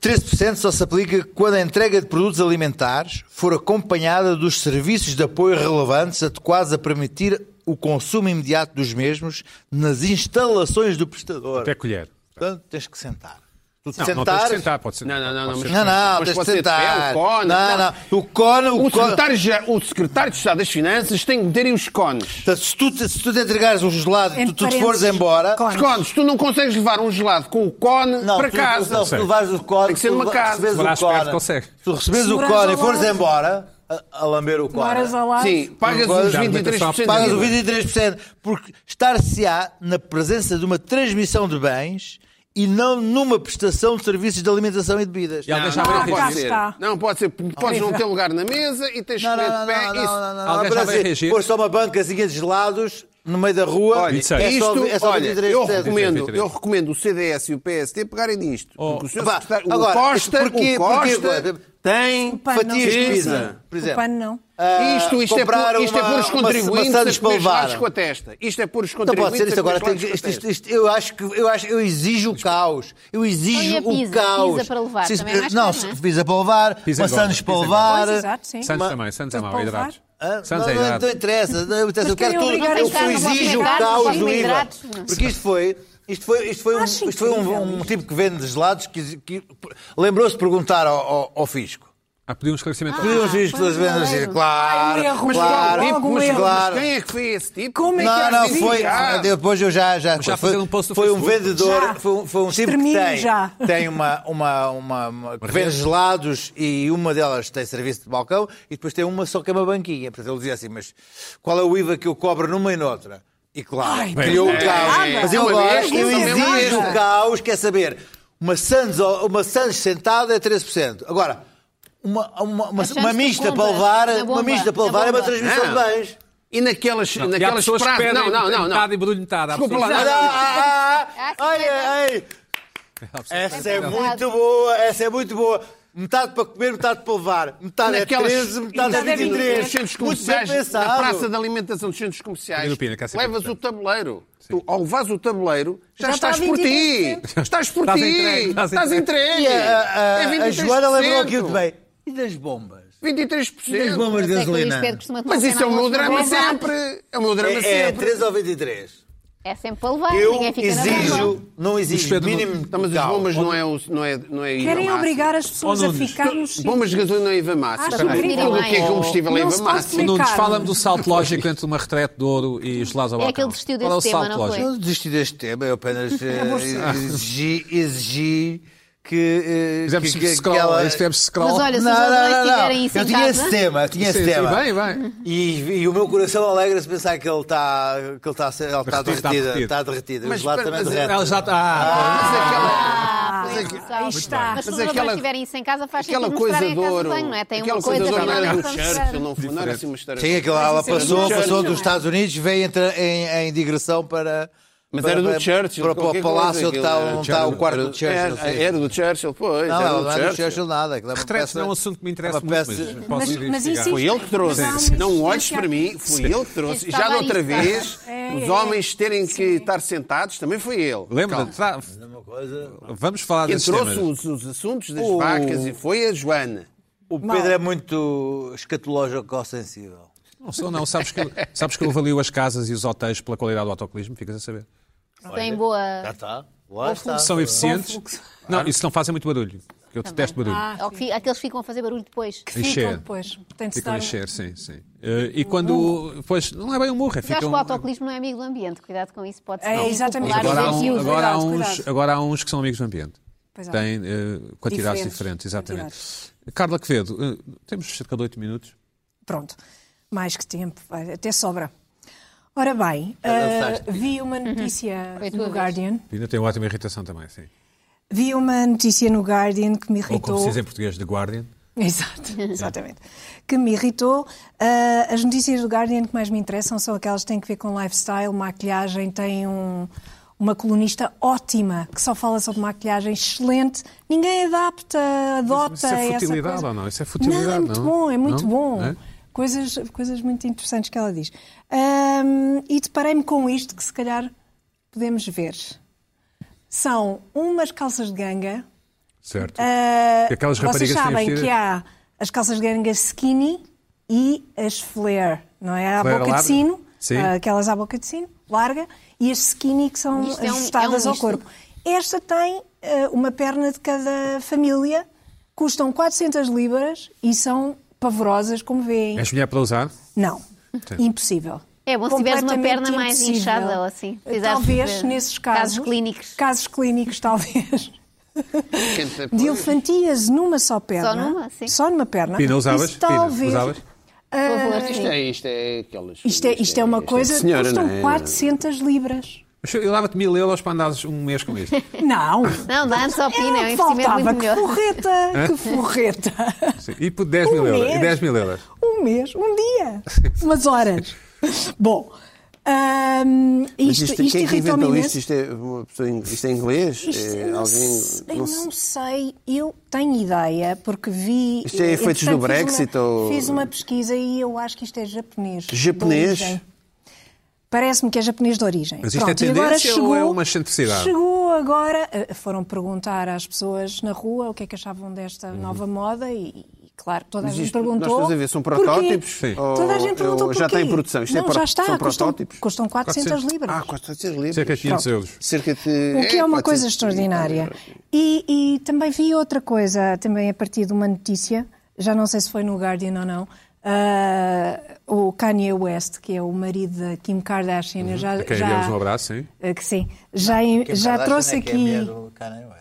Speaker 5: 13% só se aplica quando a entrega de produtos alimentares for acompanhada dos serviços de apoio relevantes adequados a permitir o consumo imediato dos mesmos nas instalações do prestador.
Speaker 1: Até colher.
Speaker 5: Portanto, tens que sentar. Tu te
Speaker 1: Não, não tens
Speaker 5: sentares-
Speaker 1: de sentar, pode ser.
Speaker 4: Não, não, não,
Speaker 1: pode
Speaker 4: não,
Speaker 1: ser.
Speaker 5: Não, não,
Speaker 4: Mas
Speaker 5: tens de
Speaker 4: pode ser de pé,
Speaker 5: sentar.
Speaker 4: o cone, Um
Speaker 5: não,
Speaker 4: não.
Speaker 5: não. O cone, o,
Speaker 4: O
Speaker 5: cone.
Speaker 4: secretário, já- o secretário de Estado das Finanças tem que meterem os cones.
Speaker 5: Portanto, se tu, te- se tu te entregares um gelado e tu, tu te fores embora.
Speaker 4: Os cones. Tu não consegues levar um gelado com o cone
Speaker 5: Não,
Speaker 4: para
Speaker 5: tu,
Speaker 4: casa.
Speaker 5: Não, se tu levares o cone.
Speaker 4: Tem que ser
Speaker 5: tu
Speaker 4: numa
Speaker 5: leva-
Speaker 4: casa.
Speaker 5: recebes
Speaker 1: Morares
Speaker 5: o
Speaker 1: perto,
Speaker 5: cone,
Speaker 1: consegue.
Speaker 5: Se tu recebes o
Speaker 3: Morares
Speaker 5: cone e
Speaker 3: ao
Speaker 5: fores
Speaker 3: lado.
Speaker 5: embora, a, a lamber o cone.
Speaker 3: Morares ao lado.
Speaker 4: Sim, pagas os
Speaker 5: Já é me
Speaker 4: 23% de
Speaker 5: Pagas o
Speaker 4: IVA.
Speaker 5: 23%, porque estar-se-á na presença de uma transmissão de bens e não numa prestação de serviços de alimentação e bebidas.
Speaker 1: E alguém já
Speaker 4: Não,
Speaker 1: veio
Speaker 3: Ah, cá
Speaker 1: reagir.
Speaker 4: pode ser.
Speaker 3: está.
Speaker 4: Não, pode ser. Podes não ter lugar na mesa e tens que
Speaker 5: Não, não,
Speaker 4: comer de
Speaker 5: não,
Speaker 4: pé.
Speaker 5: não, não,
Speaker 4: é isso.
Speaker 5: não, não,
Speaker 1: Alguém já
Speaker 5: não,
Speaker 1: vai reagir?
Speaker 5: Pôr só uma bancazinha de gelados no meio da rua.
Speaker 4: Olha,
Speaker 5: é só, é
Speaker 4: isto,
Speaker 5: só
Speaker 4: olha,
Speaker 5: 23%.
Speaker 4: eu recomendo,
Speaker 1: 23.
Speaker 4: eu recomendo o CDS e o PST pegarem nisto. Porque o senhor
Speaker 5: Pá,
Speaker 4: secretário- o
Speaker 5: Oh, agora,
Speaker 4: Costa,
Speaker 5: porquê-
Speaker 4: o Costa
Speaker 5: porquê-
Speaker 4: tem
Speaker 3: pano não
Speaker 4: fatias de
Speaker 5: precisa.
Speaker 4: pizza.
Speaker 5: Por
Speaker 3: O
Speaker 5: exemplo.
Speaker 3: pano não.
Speaker 5: Ah,
Speaker 4: Isto, isto, é,
Speaker 5: comprar
Speaker 4: por, isto é
Speaker 5: uma-
Speaker 4: pôr os
Speaker 5: uma-
Speaker 4: contribuintes
Speaker 5: uma
Speaker 4: a
Speaker 5: sandes para
Speaker 4: comer churrasco
Speaker 5: levar.
Speaker 4: com a testa. Isto é pôr os
Speaker 5: Não Então pode
Speaker 4: contribuintes
Speaker 5: ser isto
Speaker 4: a comer
Speaker 5: agora. Tem,
Speaker 4: churrasco
Speaker 5: que-
Speaker 4: com a
Speaker 5: isto, isto,
Speaker 4: testa.
Speaker 5: isto- eu acho que eu, acho, eu exijo o caos. Eu exijo
Speaker 2: Olha,
Speaker 5: o
Speaker 2: pizza,
Speaker 5: caos.
Speaker 2: pizza para levar,
Speaker 5: Sim,
Speaker 2: também é mais
Speaker 5: não,
Speaker 2: caro, não é?
Speaker 5: pizza para levar,
Speaker 1: Pizza
Speaker 5: uma
Speaker 1: engorda,
Speaker 5: sandes para
Speaker 1: pizza
Speaker 5: levar.
Speaker 3: engorda. Pois, exato, sim.
Speaker 1: Santos também, Santos é mau,
Speaker 3: Para
Speaker 1: hidratos.
Speaker 3: levar?
Speaker 5: Ah,
Speaker 1: Santos
Speaker 5: não,
Speaker 1: é
Speaker 5: não,
Speaker 1: idade.
Speaker 5: não interessa, não interessa. Eu quero
Speaker 3: querem
Speaker 5: tudo.
Speaker 3: obrigar
Speaker 5: Eu
Speaker 3: os caras a
Speaker 5: exijo o
Speaker 3: comer carne,
Speaker 5: caos do IVA.
Speaker 2: carboidratos,
Speaker 3: é?
Speaker 2: não.
Speaker 5: Porque isto foi. Isto foi, isto foi, um,
Speaker 3: Acho
Speaker 5: isto foi um-
Speaker 3: incrível
Speaker 5: um
Speaker 3: isto.
Speaker 5: tipo que vende gelados que, que lembrou-se de perguntar ao, ao- ao fisco.
Speaker 1: Ah, pediu um esclarecimento.
Speaker 5: Pediu os fiscos das vendas
Speaker 2: claro.
Speaker 5: claro,
Speaker 3: Ai, um erro, mas
Speaker 5: claro,
Speaker 3: logo um
Speaker 5: mas
Speaker 3: erro.
Speaker 5: claro.
Speaker 4: Quem é que foi esse tipo?
Speaker 3: Como é que
Speaker 5: Não,
Speaker 3: é
Speaker 5: não,
Speaker 3: assim?
Speaker 5: foi.
Speaker 4: Ah.
Speaker 5: Depois eu já. já,
Speaker 1: Já
Speaker 5: foi,
Speaker 1: fizeram um post no
Speaker 5: foi um
Speaker 1: Facebook.
Speaker 5: vendedor,
Speaker 3: Já.
Speaker 5: foi um, foi um tipo que
Speaker 3: Extermínio
Speaker 5: tem,
Speaker 3: já.
Speaker 5: tem uma. uma, uma, uma que vende
Speaker 1: rede.
Speaker 5: gelados e uma delas tem serviço de balcão e depois tem uma só que é uma banquinha. Portanto, ele dizia assim: mas qual é o IVA que eu cobro numa e noutra? E claro,
Speaker 3: Ai,
Speaker 5: criou o
Speaker 1: não.
Speaker 5: caos.
Speaker 3: Nada.
Speaker 5: Mas eu
Speaker 4: Uma vez,
Speaker 5: gosto, eu
Speaker 3: não é nada.
Speaker 5: exijo o caos, quer saber. Uma Sands, uma Sands sentada é 13%. Agora, uma, uma, uma,
Speaker 2: Sands tu
Speaker 5: uma
Speaker 3: é
Speaker 5: mista para
Speaker 2: compras,
Speaker 5: levar,
Speaker 2: na
Speaker 5: uma
Speaker 2: bomba,
Speaker 5: mista para
Speaker 2: na
Speaker 5: levar é uma
Speaker 2: bomba.
Speaker 5: transmissão de
Speaker 4: Não.
Speaker 5: bens.
Speaker 4: E naquelas,
Speaker 1: E há
Speaker 4: naquelas
Speaker 1: pessoas que
Speaker 4: pratas-
Speaker 1: pedem
Speaker 4: Não, não, não.
Speaker 1: metade e
Speaker 4: não.
Speaker 1: barulho metade. Há
Speaker 4: Desculpa
Speaker 1: pessoas-
Speaker 4: lá,
Speaker 5: Ah, ah, ah, ah,
Speaker 2: Ah,
Speaker 5: ai,
Speaker 2: que
Speaker 5: ai, ai.
Speaker 1: Há pessoas que
Speaker 5: Essa é
Speaker 1: pedem.
Speaker 5: muito boa, essa é muito boa. Metade para comer, metade para levar. Metade
Speaker 4: Naquelas, Então
Speaker 5: é 13, metade é
Speaker 4: naqueles
Speaker 5: 23.
Speaker 4: centros
Speaker 5: Muito bem
Speaker 4: comerciais,
Speaker 5: pensado.
Speaker 4: na praça de alimentação dos centros comerciais,
Speaker 1: Pedro Pina, quer ser
Speaker 4: levas o
Speaker 1: presidente.
Speaker 4: tabuleiro. Tu, ao levas o tabuleiro, já,
Speaker 3: Já está
Speaker 4: estás por ti.
Speaker 3: 23%.
Speaker 4: Estás por
Speaker 1: Estás
Speaker 4: ti.
Speaker 1: entregue, estás
Speaker 4: Estás entregue.
Speaker 5: E a, a-
Speaker 4: É
Speaker 5: a
Speaker 4: 23%.
Speaker 5: Joana lembrou aquilo bem. E das bombas?
Speaker 4: 23%.
Speaker 5: bombas
Speaker 2: Eu sei que o Luís Pedro costuma tomar
Speaker 4: Mas isso é
Speaker 2: pequeno
Speaker 4: o meu
Speaker 2: almoço,
Speaker 4: drama
Speaker 2: mas é verdade.
Speaker 4: sempre. É o meu drama
Speaker 5: É, é
Speaker 4: sempre.
Speaker 5: 13 ou 23.
Speaker 2: É sempre para levar,
Speaker 5: Eu
Speaker 2: ninguém fica na mão.
Speaker 5: exijo, não exijo,
Speaker 1: Pedro-
Speaker 5: mínimo
Speaker 4: Então, mas as
Speaker 5: caos.
Speaker 4: bombas não é o. Não é, não é
Speaker 3: Querem
Speaker 4: Ibama.
Speaker 3: obrigar as pessoas
Speaker 1: Oh,
Speaker 3: a
Speaker 1: Nunes,
Speaker 3: ficar nos sítios.
Speaker 4: Bombas de gasolina é IVA máxima.
Speaker 3: Acho incrível.
Speaker 4: O que é combustível
Speaker 3: Não
Speaker 4: é IVA
Speaker 3: se pode
Speaker 4: máxima?
Speaker 1: Nunes,
Speaker 3: Ricardo.
Speaker 1: fala-me do salto lógico entre uma retrete de ouro e gelados ao
Speaker 2: É
Speaker 1: balcão.
Speaker 2: que ele desistiu
Speaker 1: Qual é o
Speaker 2: desse tema,
Speaker 1: salto
Speaker 2: não
Speaker 1: lógico?
Speaker 2: foi?
Speaker 5: Eu desisti deste tema, eu apenas eh,
Speaker 4: É
Speaker 3: bolsa.
Speaker 5: exigi, exigi que, eh,
Speaker 1: Fizemos
Speaker 5: que, que,
Speaker 1: é scroll,
Speaker 4: é
Speaker 5: aquela-
Speaker 1: fizemos scroll.
Speaker 2: Mas olha, se os adolescentes tiverem isso
Speaker 5: Eu
Speaker 2: em
Speaker 5: tinha
Speaker 2: casa...
Speaker 3: né?
Speaker 5: esse tema, eu tinha esse
Speaker 1: Sim, sim,
Speaker 5: tema.
Speaker 1: bem, bem.
Speaker 5: E, e o meu coração alegra-se pensar que ele está que ele está a ser- ele está
Speaker 1: Derretido, está
Speaker 5: derretido,
Speaker 1: derretido.
Speaker 5: está derretido.
Speaker 4: Mas
Speaker 5: Mas é- lá
Speaker 4: espera,
Speaker 5: também
Speaker 4: mas
Speaker 5: derrete.
Speaker 1: Ela já tá- ah, está.
Speaker 4: Mas aquela-
Speaker 2: Ah,
Speaker 4: Mas
Speaker 2: bem,
Speaker 4: aqui-
Speaker 2: pessoal.
Speaker 3: Aí está.
Speaker 2: Mas se
Speaker 4: Mas
Speaker 2: os adolescentes
Speaker 4: aquela-
Speaker 2: tiverem isso em casa, faz
Speaker 4: Aquela
Speaker 2: sentido
Speaker 4: coisa
Speaker 2: mostrarem a
Speaker 4: de
Speaker 2: casa de
Speaker 4: ouro.
Speaker 2: banho, não é? Tem
Speaker 4: aquela
Speaker 2: uma coisa,
Speaker 4: de ouro
Speaker 2: afinal
Speaker 4: não era
Speaker 2: não
Speaker 4: do
Speaker 2: vamos
Speaker 4: Churchill,
Speaker 2: ver.
Speaker 4: não, foi- não era assim uma história.
Speaker 5: Sim, aquilo lá,
Speaker 3: Mas isso é
Speaker 5: passou,
Speaker 3: do
Speaker 5: passou
Speaker 3: Churchill.
Speaker 5: dos Estados Unidos, veio entrar em, em digressão para.
Speaker 4: Mas
Speaker 5: para-
Speaker 4: era do
Speaker 5: para-
Speaker 4: Churchill.
Speaker 5: Para, para
Speaker 4: qualquer
Speaker 5: o palácio
Speaker 4: coisa,
Speaker 5: onde está,
Speaker 4: aquilo era
Speaker 5: onde está o quarto do Churchill.
Speaker 4: Era,
Speaker 5: sim.
Speaker 4: era do Churchill, pois.
Speaker 5: Não,
Speaker 4: era
Speaker 5: não,
Speaker 4: do
Speaker 5: não é do
Speaker 4: Churchill.
Speaker 5: Churchill nada. aquilo é uma
Speaker 1: Retretes
Speaker 5: peça-
Speaker 1: não é um assunto que me
Speaker 5: é
Speaker 1: interessa
Speaker 5: uma
Speaker 1: muito, mas
Speaker 5: peça-
Speaker 1: posso
Speaker 3: Mas-
Speaker 1: ir
Speaker 3: mas
Speaker 1: investigar.
Speaker 3: isso-
Speaker 4: Foi ele que trouxe.
Speaker 3: Sim.
Speaker 4: Não olhes para mim, foi ele que trouxe.
Speaker 2: Isso
Speaker 4: Já de
Speaker 2: estava
Speaker 4: outra
Speaker 2: arriscado.
Speaker 4: vez,
Speaker 3: É,
Speaker 4: os
Speaker 3: é.
Speaker 4: homens terem que estar sentados, também foi ele.
Speaker 1: Lembra?
Speaker 4: Calma.
Speaker 1: Tá,
Speaker 5: é uma coisa.
Speaker 1: Vamos falar
Speaker 4: Quem
Speaker 1: desses
Speaker 4: trouxe
Speaker 1: temas.
Speaker 4: os, os assuntos das
Speaker 5: O-
Speaker 4: vacas e foi a Joana.
Speaker 5: O Pedro é muito escatológico sensível.
Speaker 1: Não sou, não. Sabes que, eu- sabes que eu avalio as casas e os hotéis pela qualidade do autocolismo? Ficas a saber.
Speaker 2: Tem boa...
Speaker 3: É.
Speaker 5: Já está. Lá está.
Speaker 1: São eficientes. Não, isso não fazem muito barulho. que Eu detesto barulho.
Speaker 2: Ou que fi- Aqueles que ficam a fazer barulho depois.
Speaker 1: E
Speaker 3: Ah, Ficam
Speaker 1: cheira.
Speaker 3: depois. Tem de
Speaker 1: Ficam
Speaker 3: estar...
Speaker 1: a encher, sim, sim. Eh, e quando. Pois, não é bem um murro, é
Speaker 2: Eu
Speaker 1: fica
Speaker 2: acho
Speaker 1: um-
Speaker 2: que o autocolismo não é amigo do ambiente. Cuidado com isso, pode ser
Speaker 3: É,
Speaker 2: muito
Speaker 3: exatamente.
Speaker 1: Mas
Speaker 2: popular
Speaker 1: agora, há
Speaker 2: e
Speaker 1: um-
Speaker 3: Cuidado,
Speaker 2: ansioso.
Speaker 1: agora, há
Speaker 3: cuidado,
Speaker 1: uns,
Speaker 3: cuidado.
Speaker 1: agora há uns que são amigos do ambiente.
Speaker 3: Pois há.
Speaker 1: Têm eh, quantidades
Speaker 3: Diferentes.
Speaker 1: diferentes, exatamente. Carla Quevedo, eh, temos cerca de 8 minutos.
Speaker 3: Pronto. Mais que tempo. vai, Até sobra. Ora bem,
Speaker 5: dançaste.
Speaker 3: ah, vi uma notícia
Speaker 2: Foi a tua
Speaker 3: no
Speaker 2: vez.
Speaker 3: Guardian.
Speaker 1: Ainda tem ótima irritação também, sim.
Speaker 3: Vi uma notícia no Guardian que me
Speaker 1: Ou como
Speaker 3: irritou.
Speaker 1: se diz em português, The Guardian.
Speaker 3: Exato, exatamente. Que me irritou. Ah, as notícias do Guardian que mais me interessam são aquelas que têm que ver com lifestyle, maquilhagem. Tem um- uma colunista ótima que só fala sobre maquilhagem, excelente. Ninguém adapta, adota.
Speaker 1: isso é
Speaker 3: essa
Speaker 1: futilidade
Speaker 3: coisa.
Speaker 1: ou não? Isso é futilidade,
Speaker 3: Não, é muito
Speaker 1: não?
Speaker 3: bom, é muito
Speaker 1: Não?
Speaker 3: bom.
Speaker 1: É?
Speaker 3: Coisas, coisas muito interessantes que ela diz. Ahm, e deparei-me com isto que se calhar podemos ver. São umas calças de ganga
Speaker 1: Certo.
Speaker 3: ah,
Speaker 1: Que aquelas
Speaker 3: vocês
Speaker 1: raparigas têm
Speaker 3: sabem
Speaker 1: vestido-
Speaker 3: que há as calças de ganga skinny e as flare, não é? A
Speaker 1: Flare
Speaker 3: boca
Speaker 1: larga.
Speaker 3: de sino,
Speaker 1: Sim.
Speaker 3: ah, aquelas à boca de sino, larga, e as skinny que são
Speaker 2: Isto é um-
Speaker 3: ajustadas
Speaker 2: é um
Speaker 3: ao
Speaker 2: misto.
Speaker 3: corpo. Esta tem ah, uma perna de cada família, custam 400 libras e são pavorosas, como veem.
Speaker 1: És mulher para usar?
Speaker 3: Não, impossível.
Speaker 2: É bom se tiveres uma
Speaker 3: Completamente
Speaker 2: perna mais
Speaker 3: impossível. Eh,
Speaker 2: inchada ou assim. Precisares
Speaker 3: Talvez,
Speaker 2: de-
Speaker 3: nesses casos.
Speaker 2: Casos clínicos.
Speaker 3: Casos clínicos, talvez.
Speaker 4: Quem te-
Speaker 3: De elefantias numa só perna.
Speaker 2: Só numa, sim.
Speaker 3: Só numa perna.
Speaker 1: Pina, usavas?
Speaker 3: Isso talvez.
Speaker 1: Pina, usavas?
Speaker 2: Por favor,
Speaker 4: Isto
Speaker 2: sim.
Speaker 4: é, isto é aquelas.
Speaker 3: Isto é, isto é uma coisa.
Speaker 4: Senhora,
Speaker 2: um
Speaker 3: custam
Speaker 4: não é?
Speaker 3: 400 libras.
Speaker 1: Mas Eu dava-te mil euros para andares um mês com isto.
Speaker 3: Não.
Speaker 2: Não, dá antes a opina, é um investimento
Speaker 3: faltava.
Speaker 2: muito
Speaker 3: que
Speaker 2: melhor.
Speaker 3: forreta. Que forreta.
Speaker 1: Sim. E por 10 mil
Speaker 3: Um
Speaker 1: euros.
Speaker 3: mês?
Speaker 1: E 10 mil euros.
Speaker 3: Um mês, um dia. Umas horas. Bom. hum, isto isto,
Speaker 4: quem é que
Speaker 3: irritou-me
Speaker 4: inventou
Speaker 3: imenso.
Speaker 4: isto? Isto é, uma pessoa, in- isto é inglês?
Speaker 3: Isto,
Speaker 4: É
Speaker 3: eu não,
Speaker 4: alguém-
Speaker 3: se- eu
Speaker 4: não se-
Speaker 3: não sei, eu tenho ideia, porque vi. eh,
Speaker 4: Isto é efeitos
Speaker 3: entretanto,
Speaker 4: do Brexit
Speaker 3: fiz uma,
Speaker 4: ou-
Speaker 3: Fiz uma pesquisa e eu acho que isto é japonês. de
Speaker 4: Japonês?
Speaker 3: origem. Parece-me que é japonês de origem.
Speaker 1: Mas isto é
Speaker 3: Pronto, e agora
Speaker 1: tendência
Speaker 3: chegou,
Speaker 1: ou é uma excentricidade?
Speaker 3: Chegou agora, eh, foram perguntar às pessoas na rua o que é que achavam desta nova moda e, e claro, toda a
Speaker 4: Uhum. Mas
Speaker 3: gente
Speaker 4: isto-
Speaker 3: perguntou.
Speaker 4: nós estamos a ver, são
Speaker 3: porquê?
Speaker 4: protótipos? Sim.
Speaker 3: Toda a gente
Speaker 4: Ou-
Speaker 3: perguntou
Speaker 4: ou
Speaker 3: porquê.
Speaker 4: já está em produção? Isto é
Speaker 3: não,
Speaker 4: pro-
Speaker 3: já está.
Speaker 4: são
Speaker 3: custam,
Speaker 4: protótipos?
Speaker 3: Custam 400,
Speaker 1: 400.
Speaker 3: libras.
Speaker 4: Ah, 400 libras.
Speaker 1: Cerca de 500
Speaker 4: Pronto.
Speaker 1: euros.
Speaker 4: Cerca de...
Speaker 3: O que é uma coisa
Speaker 4: 400.
Speaker 3: extraordinária. E, e também vi outra coisa, também a partir de uma notícia, já não sei se foi no Guardian ou não, ah, o Kanye West, que é o marido da Kim Kardashian, eu já,
Speaker 1: A quem
Speaker 3: já-
Speaker 1: enviamos um abraço, sim?
Speaker 3: ah, que sim, já, já
Speaker 1: é
Speaker 5: é
Speaker 3: trouxe aqui.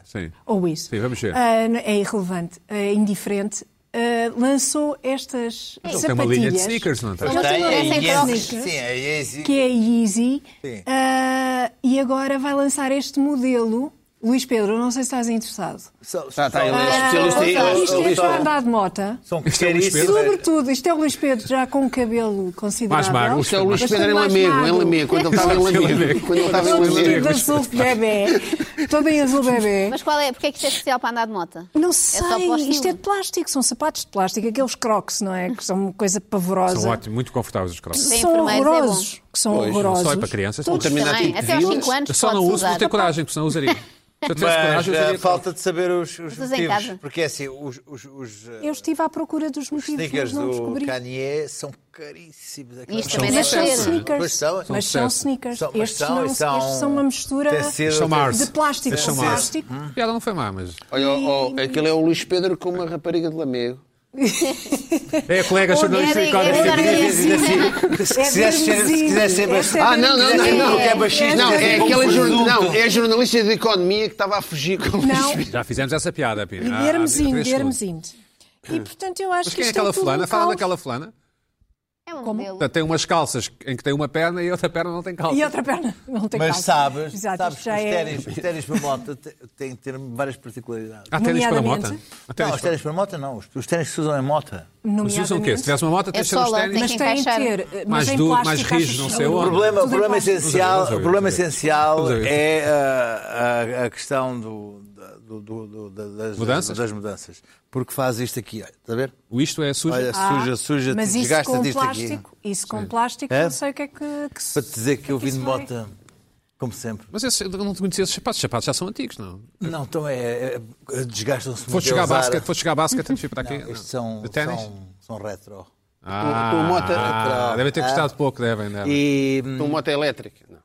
Speaker 1: Sim.
Speaker 3: Ou isso.
Speaker 1: Sim, vamos ver.
Speaker 3: Ah, n- é irrelevante, é indiferente. Ah, lançou estas
Speaker 1: Mas ele tem uma
Speaker 3: sapatilhas.
Speaker 1: linha de sneakers, não tem?
Speaker 3: Mas ele
Speaker 2: Tem,
Speaker 3: uma
Speaker 2: é
Speaker 3: linha de
Speaker 2: Yeezy.
Speaker 3: sneakers
Speaker 5: Sim, é Yeezy.
Speaker 3: que é a Yeezy,
Speaker 5: Sim.
Speaker 3: ah, e agora vai lançar este modelo. Luís Pedro, não sei se estás interessado.
Speaker 5: São-
Speaker 4: Tá, tá, ele é
Speaker 5: são-
Speaker 4: especialista em-
Speaker 5: são-
Speaker 4: ele-
Speaker 3: isto é
Speaker 4: ele-
Speaker 3: para andar de mota.
Speaker 5: São
Speaker 1: Isto é o Luís
Speaker 5: caríssimas.
Speaker 1: Pedro.
Speaker 3: Sobretudo, isto é o Luís Pedro já com um cabelo considerável.
Speaker 1: Mais magro.
Speaker 4: Isto é o Luís
Speaker 3: Mas
Speaker 4: Pedro em
Speaker 3: tudo mais
Speaker 4: Lamego,
Speaker 3: magro.
Speaker 4: em Lamego, quando ele estava em Lamego. Quando ele estava em
Speaker 3: Todo vestido
Speaker 4: Lamego.
Speaker 3: de azul bebê. Todo em azul bebê.
Speaker 2: Mas qual é? Porquê é que isto é especial para andar de moto?
Speaker 3: Não
Speaker 2: só para o
Speaker 3: sei,
Speaker 2: estilo.
Speaker 3: isto é de plástico, são sapatos de plástico, aqueles crocs, não é? Que são uma coisa pavorosa.
Speaker 1: São ótimos, muito confortáveis os crocs.
Speaker 2: Sim,
Speaker 3: São
Speaker 2: enfermeiros é bom.
Speaker 3: horrorosos. que são
Speaker 4: Pois, não
Speaker 3: horrorosos.
Speaker 1: Só é para crianças.
Speaker 3: Todos
Speaker 1: Também-
Speaker 4: Determinado
Speaker 2: Também,
Speaker 4: tipo de
Speaker 2: até aos
Speaker 4: vírus.
Speaker 2: 5 anos
Speaker 1: Só não
Speaker 2: podes
Speaker 1: uso
Speaker 2: usar.
Speaker 1: porque tenho coragem, porque senão usaria. Se eu tivesse
Speaker 5: Mas
Speaker 1: coragem,
Speaker 5: eh,
Speaker 1: usaria.
Speaker 5: falta de saber os, os
Speaker 2: Usas em
Speaker 5: motivos.
Speaker 2: casa.
Speaker 5: Porque é assim, os, os, os, eh,
Speaker 3: Eu estive à procura dos motivos, mas
Speaker 5: sneakers
Speaker 3: não
Speaker 5: do
Speaker 3: descobri.
Speaker 5: Kanye são caríssimos. aquelas
Speaker 2: isto
Speaker 5: são
Speaker 2: também
Speaker 3: Mas são
Speaker 2: Mas são
Speaker 3: sneakers.
Speaker 5: Pois são. é um
Speaker 3: Mas
Speaker 1: São
Speaker 3: são
Speaker 1: sucesso.
Speaker 3: sneakers.
Speaker 5: São- mas
Speaker 3: Estes
Speaker 5: são-
Speaker 3: não,
Speaker 5: e
Speaker 3: estes
Speaker 5: são-
Speaker 3: são uma mistura
Speaker 5: tecido-
Speaker 1: São Mars.
Speaker 3: de plástico
Speaker 1: São
Speaker 3: com
Speaker 1: Mars.
Speaker 3: plástico.
Speaker 1: A piada não foi má, mas.
Speaker 4: Olha, ó, aquele é o Luís Pedro com uma rapariga de Lamego.
Speaker 1: É a colega jornalista
Speaker 2: Olha,
Speaker 1: que olha
Speaker 2: é-
Speaker 1: sempre.
Speaker 2: é-
Speaker 5: Se quiseres ser- se quiseres ser
Speaker 3: É Essa é
Speaker 5: baixista-
Speaker 4: Ah, não, não, não, não.
Speaker 5: É baixista.
Speaker 4: Não, é
Speaker 5: Como
Speaker 4: aquela jorna-
Speaker 5: presunto.
Speaker 4: não, é a jornalista de economia que estava a fugir com o
Speaker 3: Não,
Speaker 4: Luís Pedro.
Speaker 1: Já fizemos essa piada, Pina. Há- há
Speaker 5: Ah,
Speaker 3: Guilhermezinho,
Speaker 1: três segundos.
Speaker 3: Guilhermezinho. E portanto eu
Speaker 1: Mas
Speaker 3: acho que
Speaker 1: quem é
Speaker 3: isto
Speaker 1: aquela
Speaker 3: tudo um
Speaker 1: fulana? Fala
Speaker 3: caos.
Speaker 1: daquela fulana.
Speaker 2: É um
Speaker 3: Como?
Speaker 2: modelo.
Speaker 1: Portanto, tem umas calças em que tem uma perna e outra perna não tem calça.
Speaker 3: E outra perna. Não tem
Speaker 5: Mas
Speaker 3: calça.
Speaker 5: sabes,
Speaker 3: Exato,
Speaker 5: sabes
Speaker 3: isto
Speaker 5: que
Speaker 3: já
Speaker 5: os
Speaker 3: é.
Speaker 5: ténis, os ténis para moto te- têm que ter várias particularidades.
Speaker 1: Há ténis para moto?
Speaker 3: Nomeadamente-
Speaker 1: Há
Speaker 5: Não,
Speaker 1: ténis
Speaker 5: os
Speaker 1: para...
Speaker 5: ténis para moto não. Os, os ténis que se usam em moto.
Speaker 1: Mas usam o quê? Se tivesse uma moto, tens de ter
Speaker 2: É
Speaker 1: uns
Speaker 2: sola,
Speaker 1: ténis.
Speaker 2: tem
Speaker 3: Mas
Speaker 2: que
Speaker 3: têm que
Speaker 2: encaixar.
Speaker 3: ter. eh, Mas
Speaker 1: Mais
Speaker 3: em
Speaker 1: duro, mais
Speaker 3: plástico, achas
Speaker 1: rígido, não
Speaker 3: que
Speaker 1: sei
Speaker 3: são
Speaker 1: onde.
Speaker 5: O problema, o
Speaker 3: Tudo em
Speaker 5: problema é
Speaker 3: plástico.
Speaker 5: essencial,
Speaker 1: Vamos a ver,
Speaker 5: o problema
Speaker 1: vamos a ver.
Speaker 5: essencial
Speaker 1: Vamos a ver.
Speaker 5: é ah, a, a questão do, da- do- do- do- da- das,
Speaker 1: Mudanças?
Speaker 5: das mudanças. Porque faz isto aqui, olha, está a ver?
Speaker 1: O isto é sujo.
Speaker 5: Olha,
Speaker 3: Ah.
Speaker 5: suja, suja,
Speaker 3: Mas isso
Speaker 5: desgasta
Speaker 3: com
Speaker 5: disto aqui.
Speaker 3: plástico, isso com plástico,
Speaker 5: É?
Speaker 3: não sei o que é que, que se
Speaker 5: Para te dizer que eu vim de
Speaker 3: Isso vai.
Speaker 5: moto, como sempre.
Speaker 1: Mas esse, eu não conhecia esses sapatos. Os sapatos já são antigos, não?
Speaker 5: Não, então é, é desgastam-se muito.
Speaker 1: Foste chegar,
Speaker 5: a
Speaker 1: a
Speaker 5: usar.
Speaker 1: basket, foste chegar a basket, antes de ir para aqui.
Speaker 5: Não, Estes são,
Speaker 1: De ténis?
Speaker 5: são, são retro.
Speaker 1: Ah,
Speaker 4: O- o moto-
Speaker 1: ah, devem ter custado pouco, devem. devem.
Speaker 5: é E
Speaker 4: Uma moto elétrica. Não.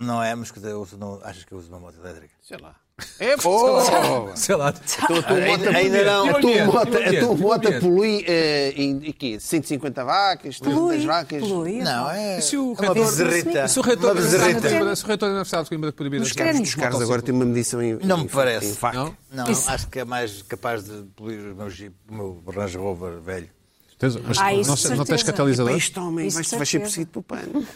Speaker 5: não, não é, mas quer dizer, eu uso- não, achas que eu uso uma moto elétrica?
Speaker 4: Sei lá. É boa!
Speaker 1: Sei lá.
Speaker 4: A tua moto
Speaker 5: Ainda- ainda
Speaker 4: polui-
Speaker 5: não.
Speaker 4: a tua
Speaker 1: Polui mesmo, polui
Speaker 4: moto- a tua
Speaker 1: mesmo, polui
Speaker 4: moto
Speaker 1: mesmo.
Speaker 4: polui eh, em em quê? 150 vacas, 300
Speaker 3: polui.
Speaker 4: vacas.
Speaker 3: polui.
Speaker 5: Não, é.
Speaker 1: E se o
Speaker 5: é uma
Speaker 1: reitor,
Speaker 5: bezerrita.
Speaker 1: e se o reitor
Speaker 5: Uma
Speaker 1: da Universidade de
Speaker 5: bezerrita.
Speaker 1: Coimbra- se o reitor da Universidade de Coimbra proibir as
Speaker 4: Os carros, os carros agora têm uma medição em.
Speaker 5: Não me
Speaker 4: em-
Speaker 5: parece.
Speaker 4: Em faca.
Speaker 1: Não?
Speaker 5: Não,
Speaker 3: Isso.
Speaker 5: acho que é mais capaz de poluir o meu Jeep, o meu Range Rover velho.
Speaker 1: Tens- mas
Speaker 3: Ah,
Speaker 1: não,
Speaker 3: isso de
Speaker 1: não tens
Speaker 3: certeza.
Speaker 1: catalisador?
Speaker 4: Pá,
Speaker 5: é
Speaker 4: Este homem
Speaker 3: Isso
Speaker 4: vais,
Speaker 3: de
Speaker 4: vais ser
Speaker 3: certeza.
Speaker 4: perseguido pelo pano.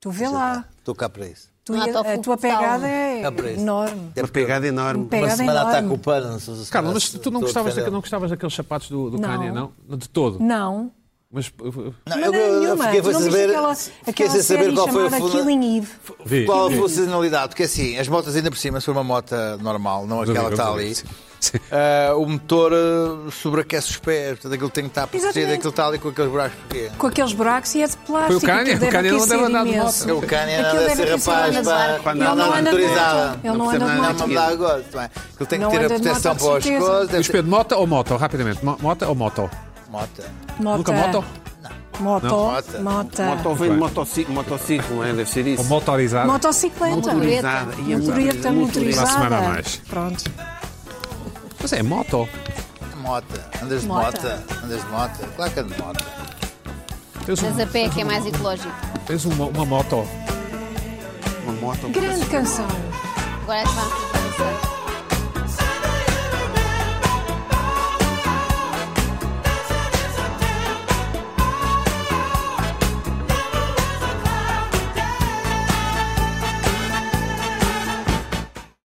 Speaker 3: Tu vê lá.
Speaker 5: Estou cá para isso.
Speaker 3: Tu-
Speaker 2: Não há tofu
Speaker 3: a tua
Speaker 2: de sal.
Speaker 3: pegada é
Speaker 5: Dá para isso.
Speaker 3: enorme.
Speaker 4: Uma pegada enorme.
Speaker 3: Pegada
Speaker 5: Uma semana está
Speaker 3: enorme.
Speaker 5: com o pano. se- se- se-
Speaker 1: Carla, mas
Speaker 5: se-
Speaker 1: tu não
Speaker 5: estou a
Speaker 1: gostavas,
Speaker 5: defender.
Speaker 1: daquele- não gostavas daqueles sapatos do, do
Speaker 3: Não.
Speaker 1: Kanye, não? De todo.
Speaker 3: Não.
Speaker 1: Mas uh,
Speaker 5: Não,
Speaker 3: Mas não é nenhuma.
Speaker 5: fiquei
Speaker 3: Tu
Speaker 5: sem
Speaker 3: não viste
Speaker 5: saber-
Speaker 3: aquela,
Speaker 5: fiquei
Speaker 3: aquela
Speaker 5: sem saber
Speaker 3: série
Speaker 5: qual foi a
Speaker 3: chamada
Speaker 5: funda-
Speaker 3: Killing Eve.
Speaker 1: vi.
Speaker 5: Qual a funcionalidade? Porque assim, as motas ainda por cima, se for uma moto normal, não aquela que está ali,
Speaker 1: Sim. Sim.
Speaker 5: ah, o motor ah, sobreaquece os pés, portanto aquilo tem que estar protegido,
Speaker 3: Exatamente.
Speaker 5: aquilo está ali com aqueles buracos pequenos.
Speaker 3: Com aqueles buracos e é de plástico.
Speaker 1: Foi o Kanye,
Speaker 3: aquilo deve
Speaker 1: o Kanye não
Speaker 3: aquecer
Speaker 1: deve andar de
Speaker 3: imenso.
Speaker 1: moto.
Speaker 5: O Kanye
Speaker 3: Aquilo
Speaker 5: anda a
Speaker 3: deve
Speaker 5: ser
Speaker 3: aquecer
Speaker 5: rapaz
Speaker 2: lá nas
Speaker 5: para,
Speaker 2: árvores.
Speaker 5: para
Speaker 4: Ele não
Speaker 5: andar
Speaker 4: anda de
Speaker 5: motorizada.
Speaker 4: moto.
Speaker 3: Ele não
Speaker 4: percebe
Speaker 3: anda de
Speaker 4: nada,
Speaker 5: Não,
Speaker 3: moto.
Speaker 5: não me dá agora. tudo bem. Aquilo tem que
Speaker 3: Não
Speaker 5: ter
Speaker 3: anda
Speaker 5: a
Speaker 3: de
Speaker 5: proteção
Speaker 3: moto,
Speaker 5: para as
Speaker 3: de certeza.
Speaker 5: coisas. deve
Speaker 1: Mas
Speaker 5: ter-
Speaker 1: Pedro, moto ou moto? Rapidamente. Mo- Moto ou moto?
Speaker 5: Moto.
Speaker 3: Mota.
Speaker 1: Nunca moto?
Speaker 3: Moto.
Speaker 5: Mota.
Speaker 3: Mota.
Speaker 4: Moto vem de motociclo, motociclo, não é? Deve ser
Speaker 1: Ou
Speaker 4: isso.
Speaker 1: motorizado?
Speaker 3: Motocicleta.
Speaker 2: Motorista.
Speaker 4: Motorizada. E é
Speaker 3: Motoreta motorizada.
Speaker 1: Uma semana a mais.
Speaker 3: Pronto.
Speaker 1: Mas é moto.
Speaker 5: Moto. Andas de moto.
Speaker 3: Moto.
Speaker 5: Andas de moto. Claro que ando de moto.
Speaker 1: Tens, um-
Speaker 2: Mas a pé é que é mais ecológico.
Speaker 1: tens uma, uma moto.
Speaker 4: Uma moto.
Speaker 3: Grande canção.
Speaker 2: Agora é que vamos começar.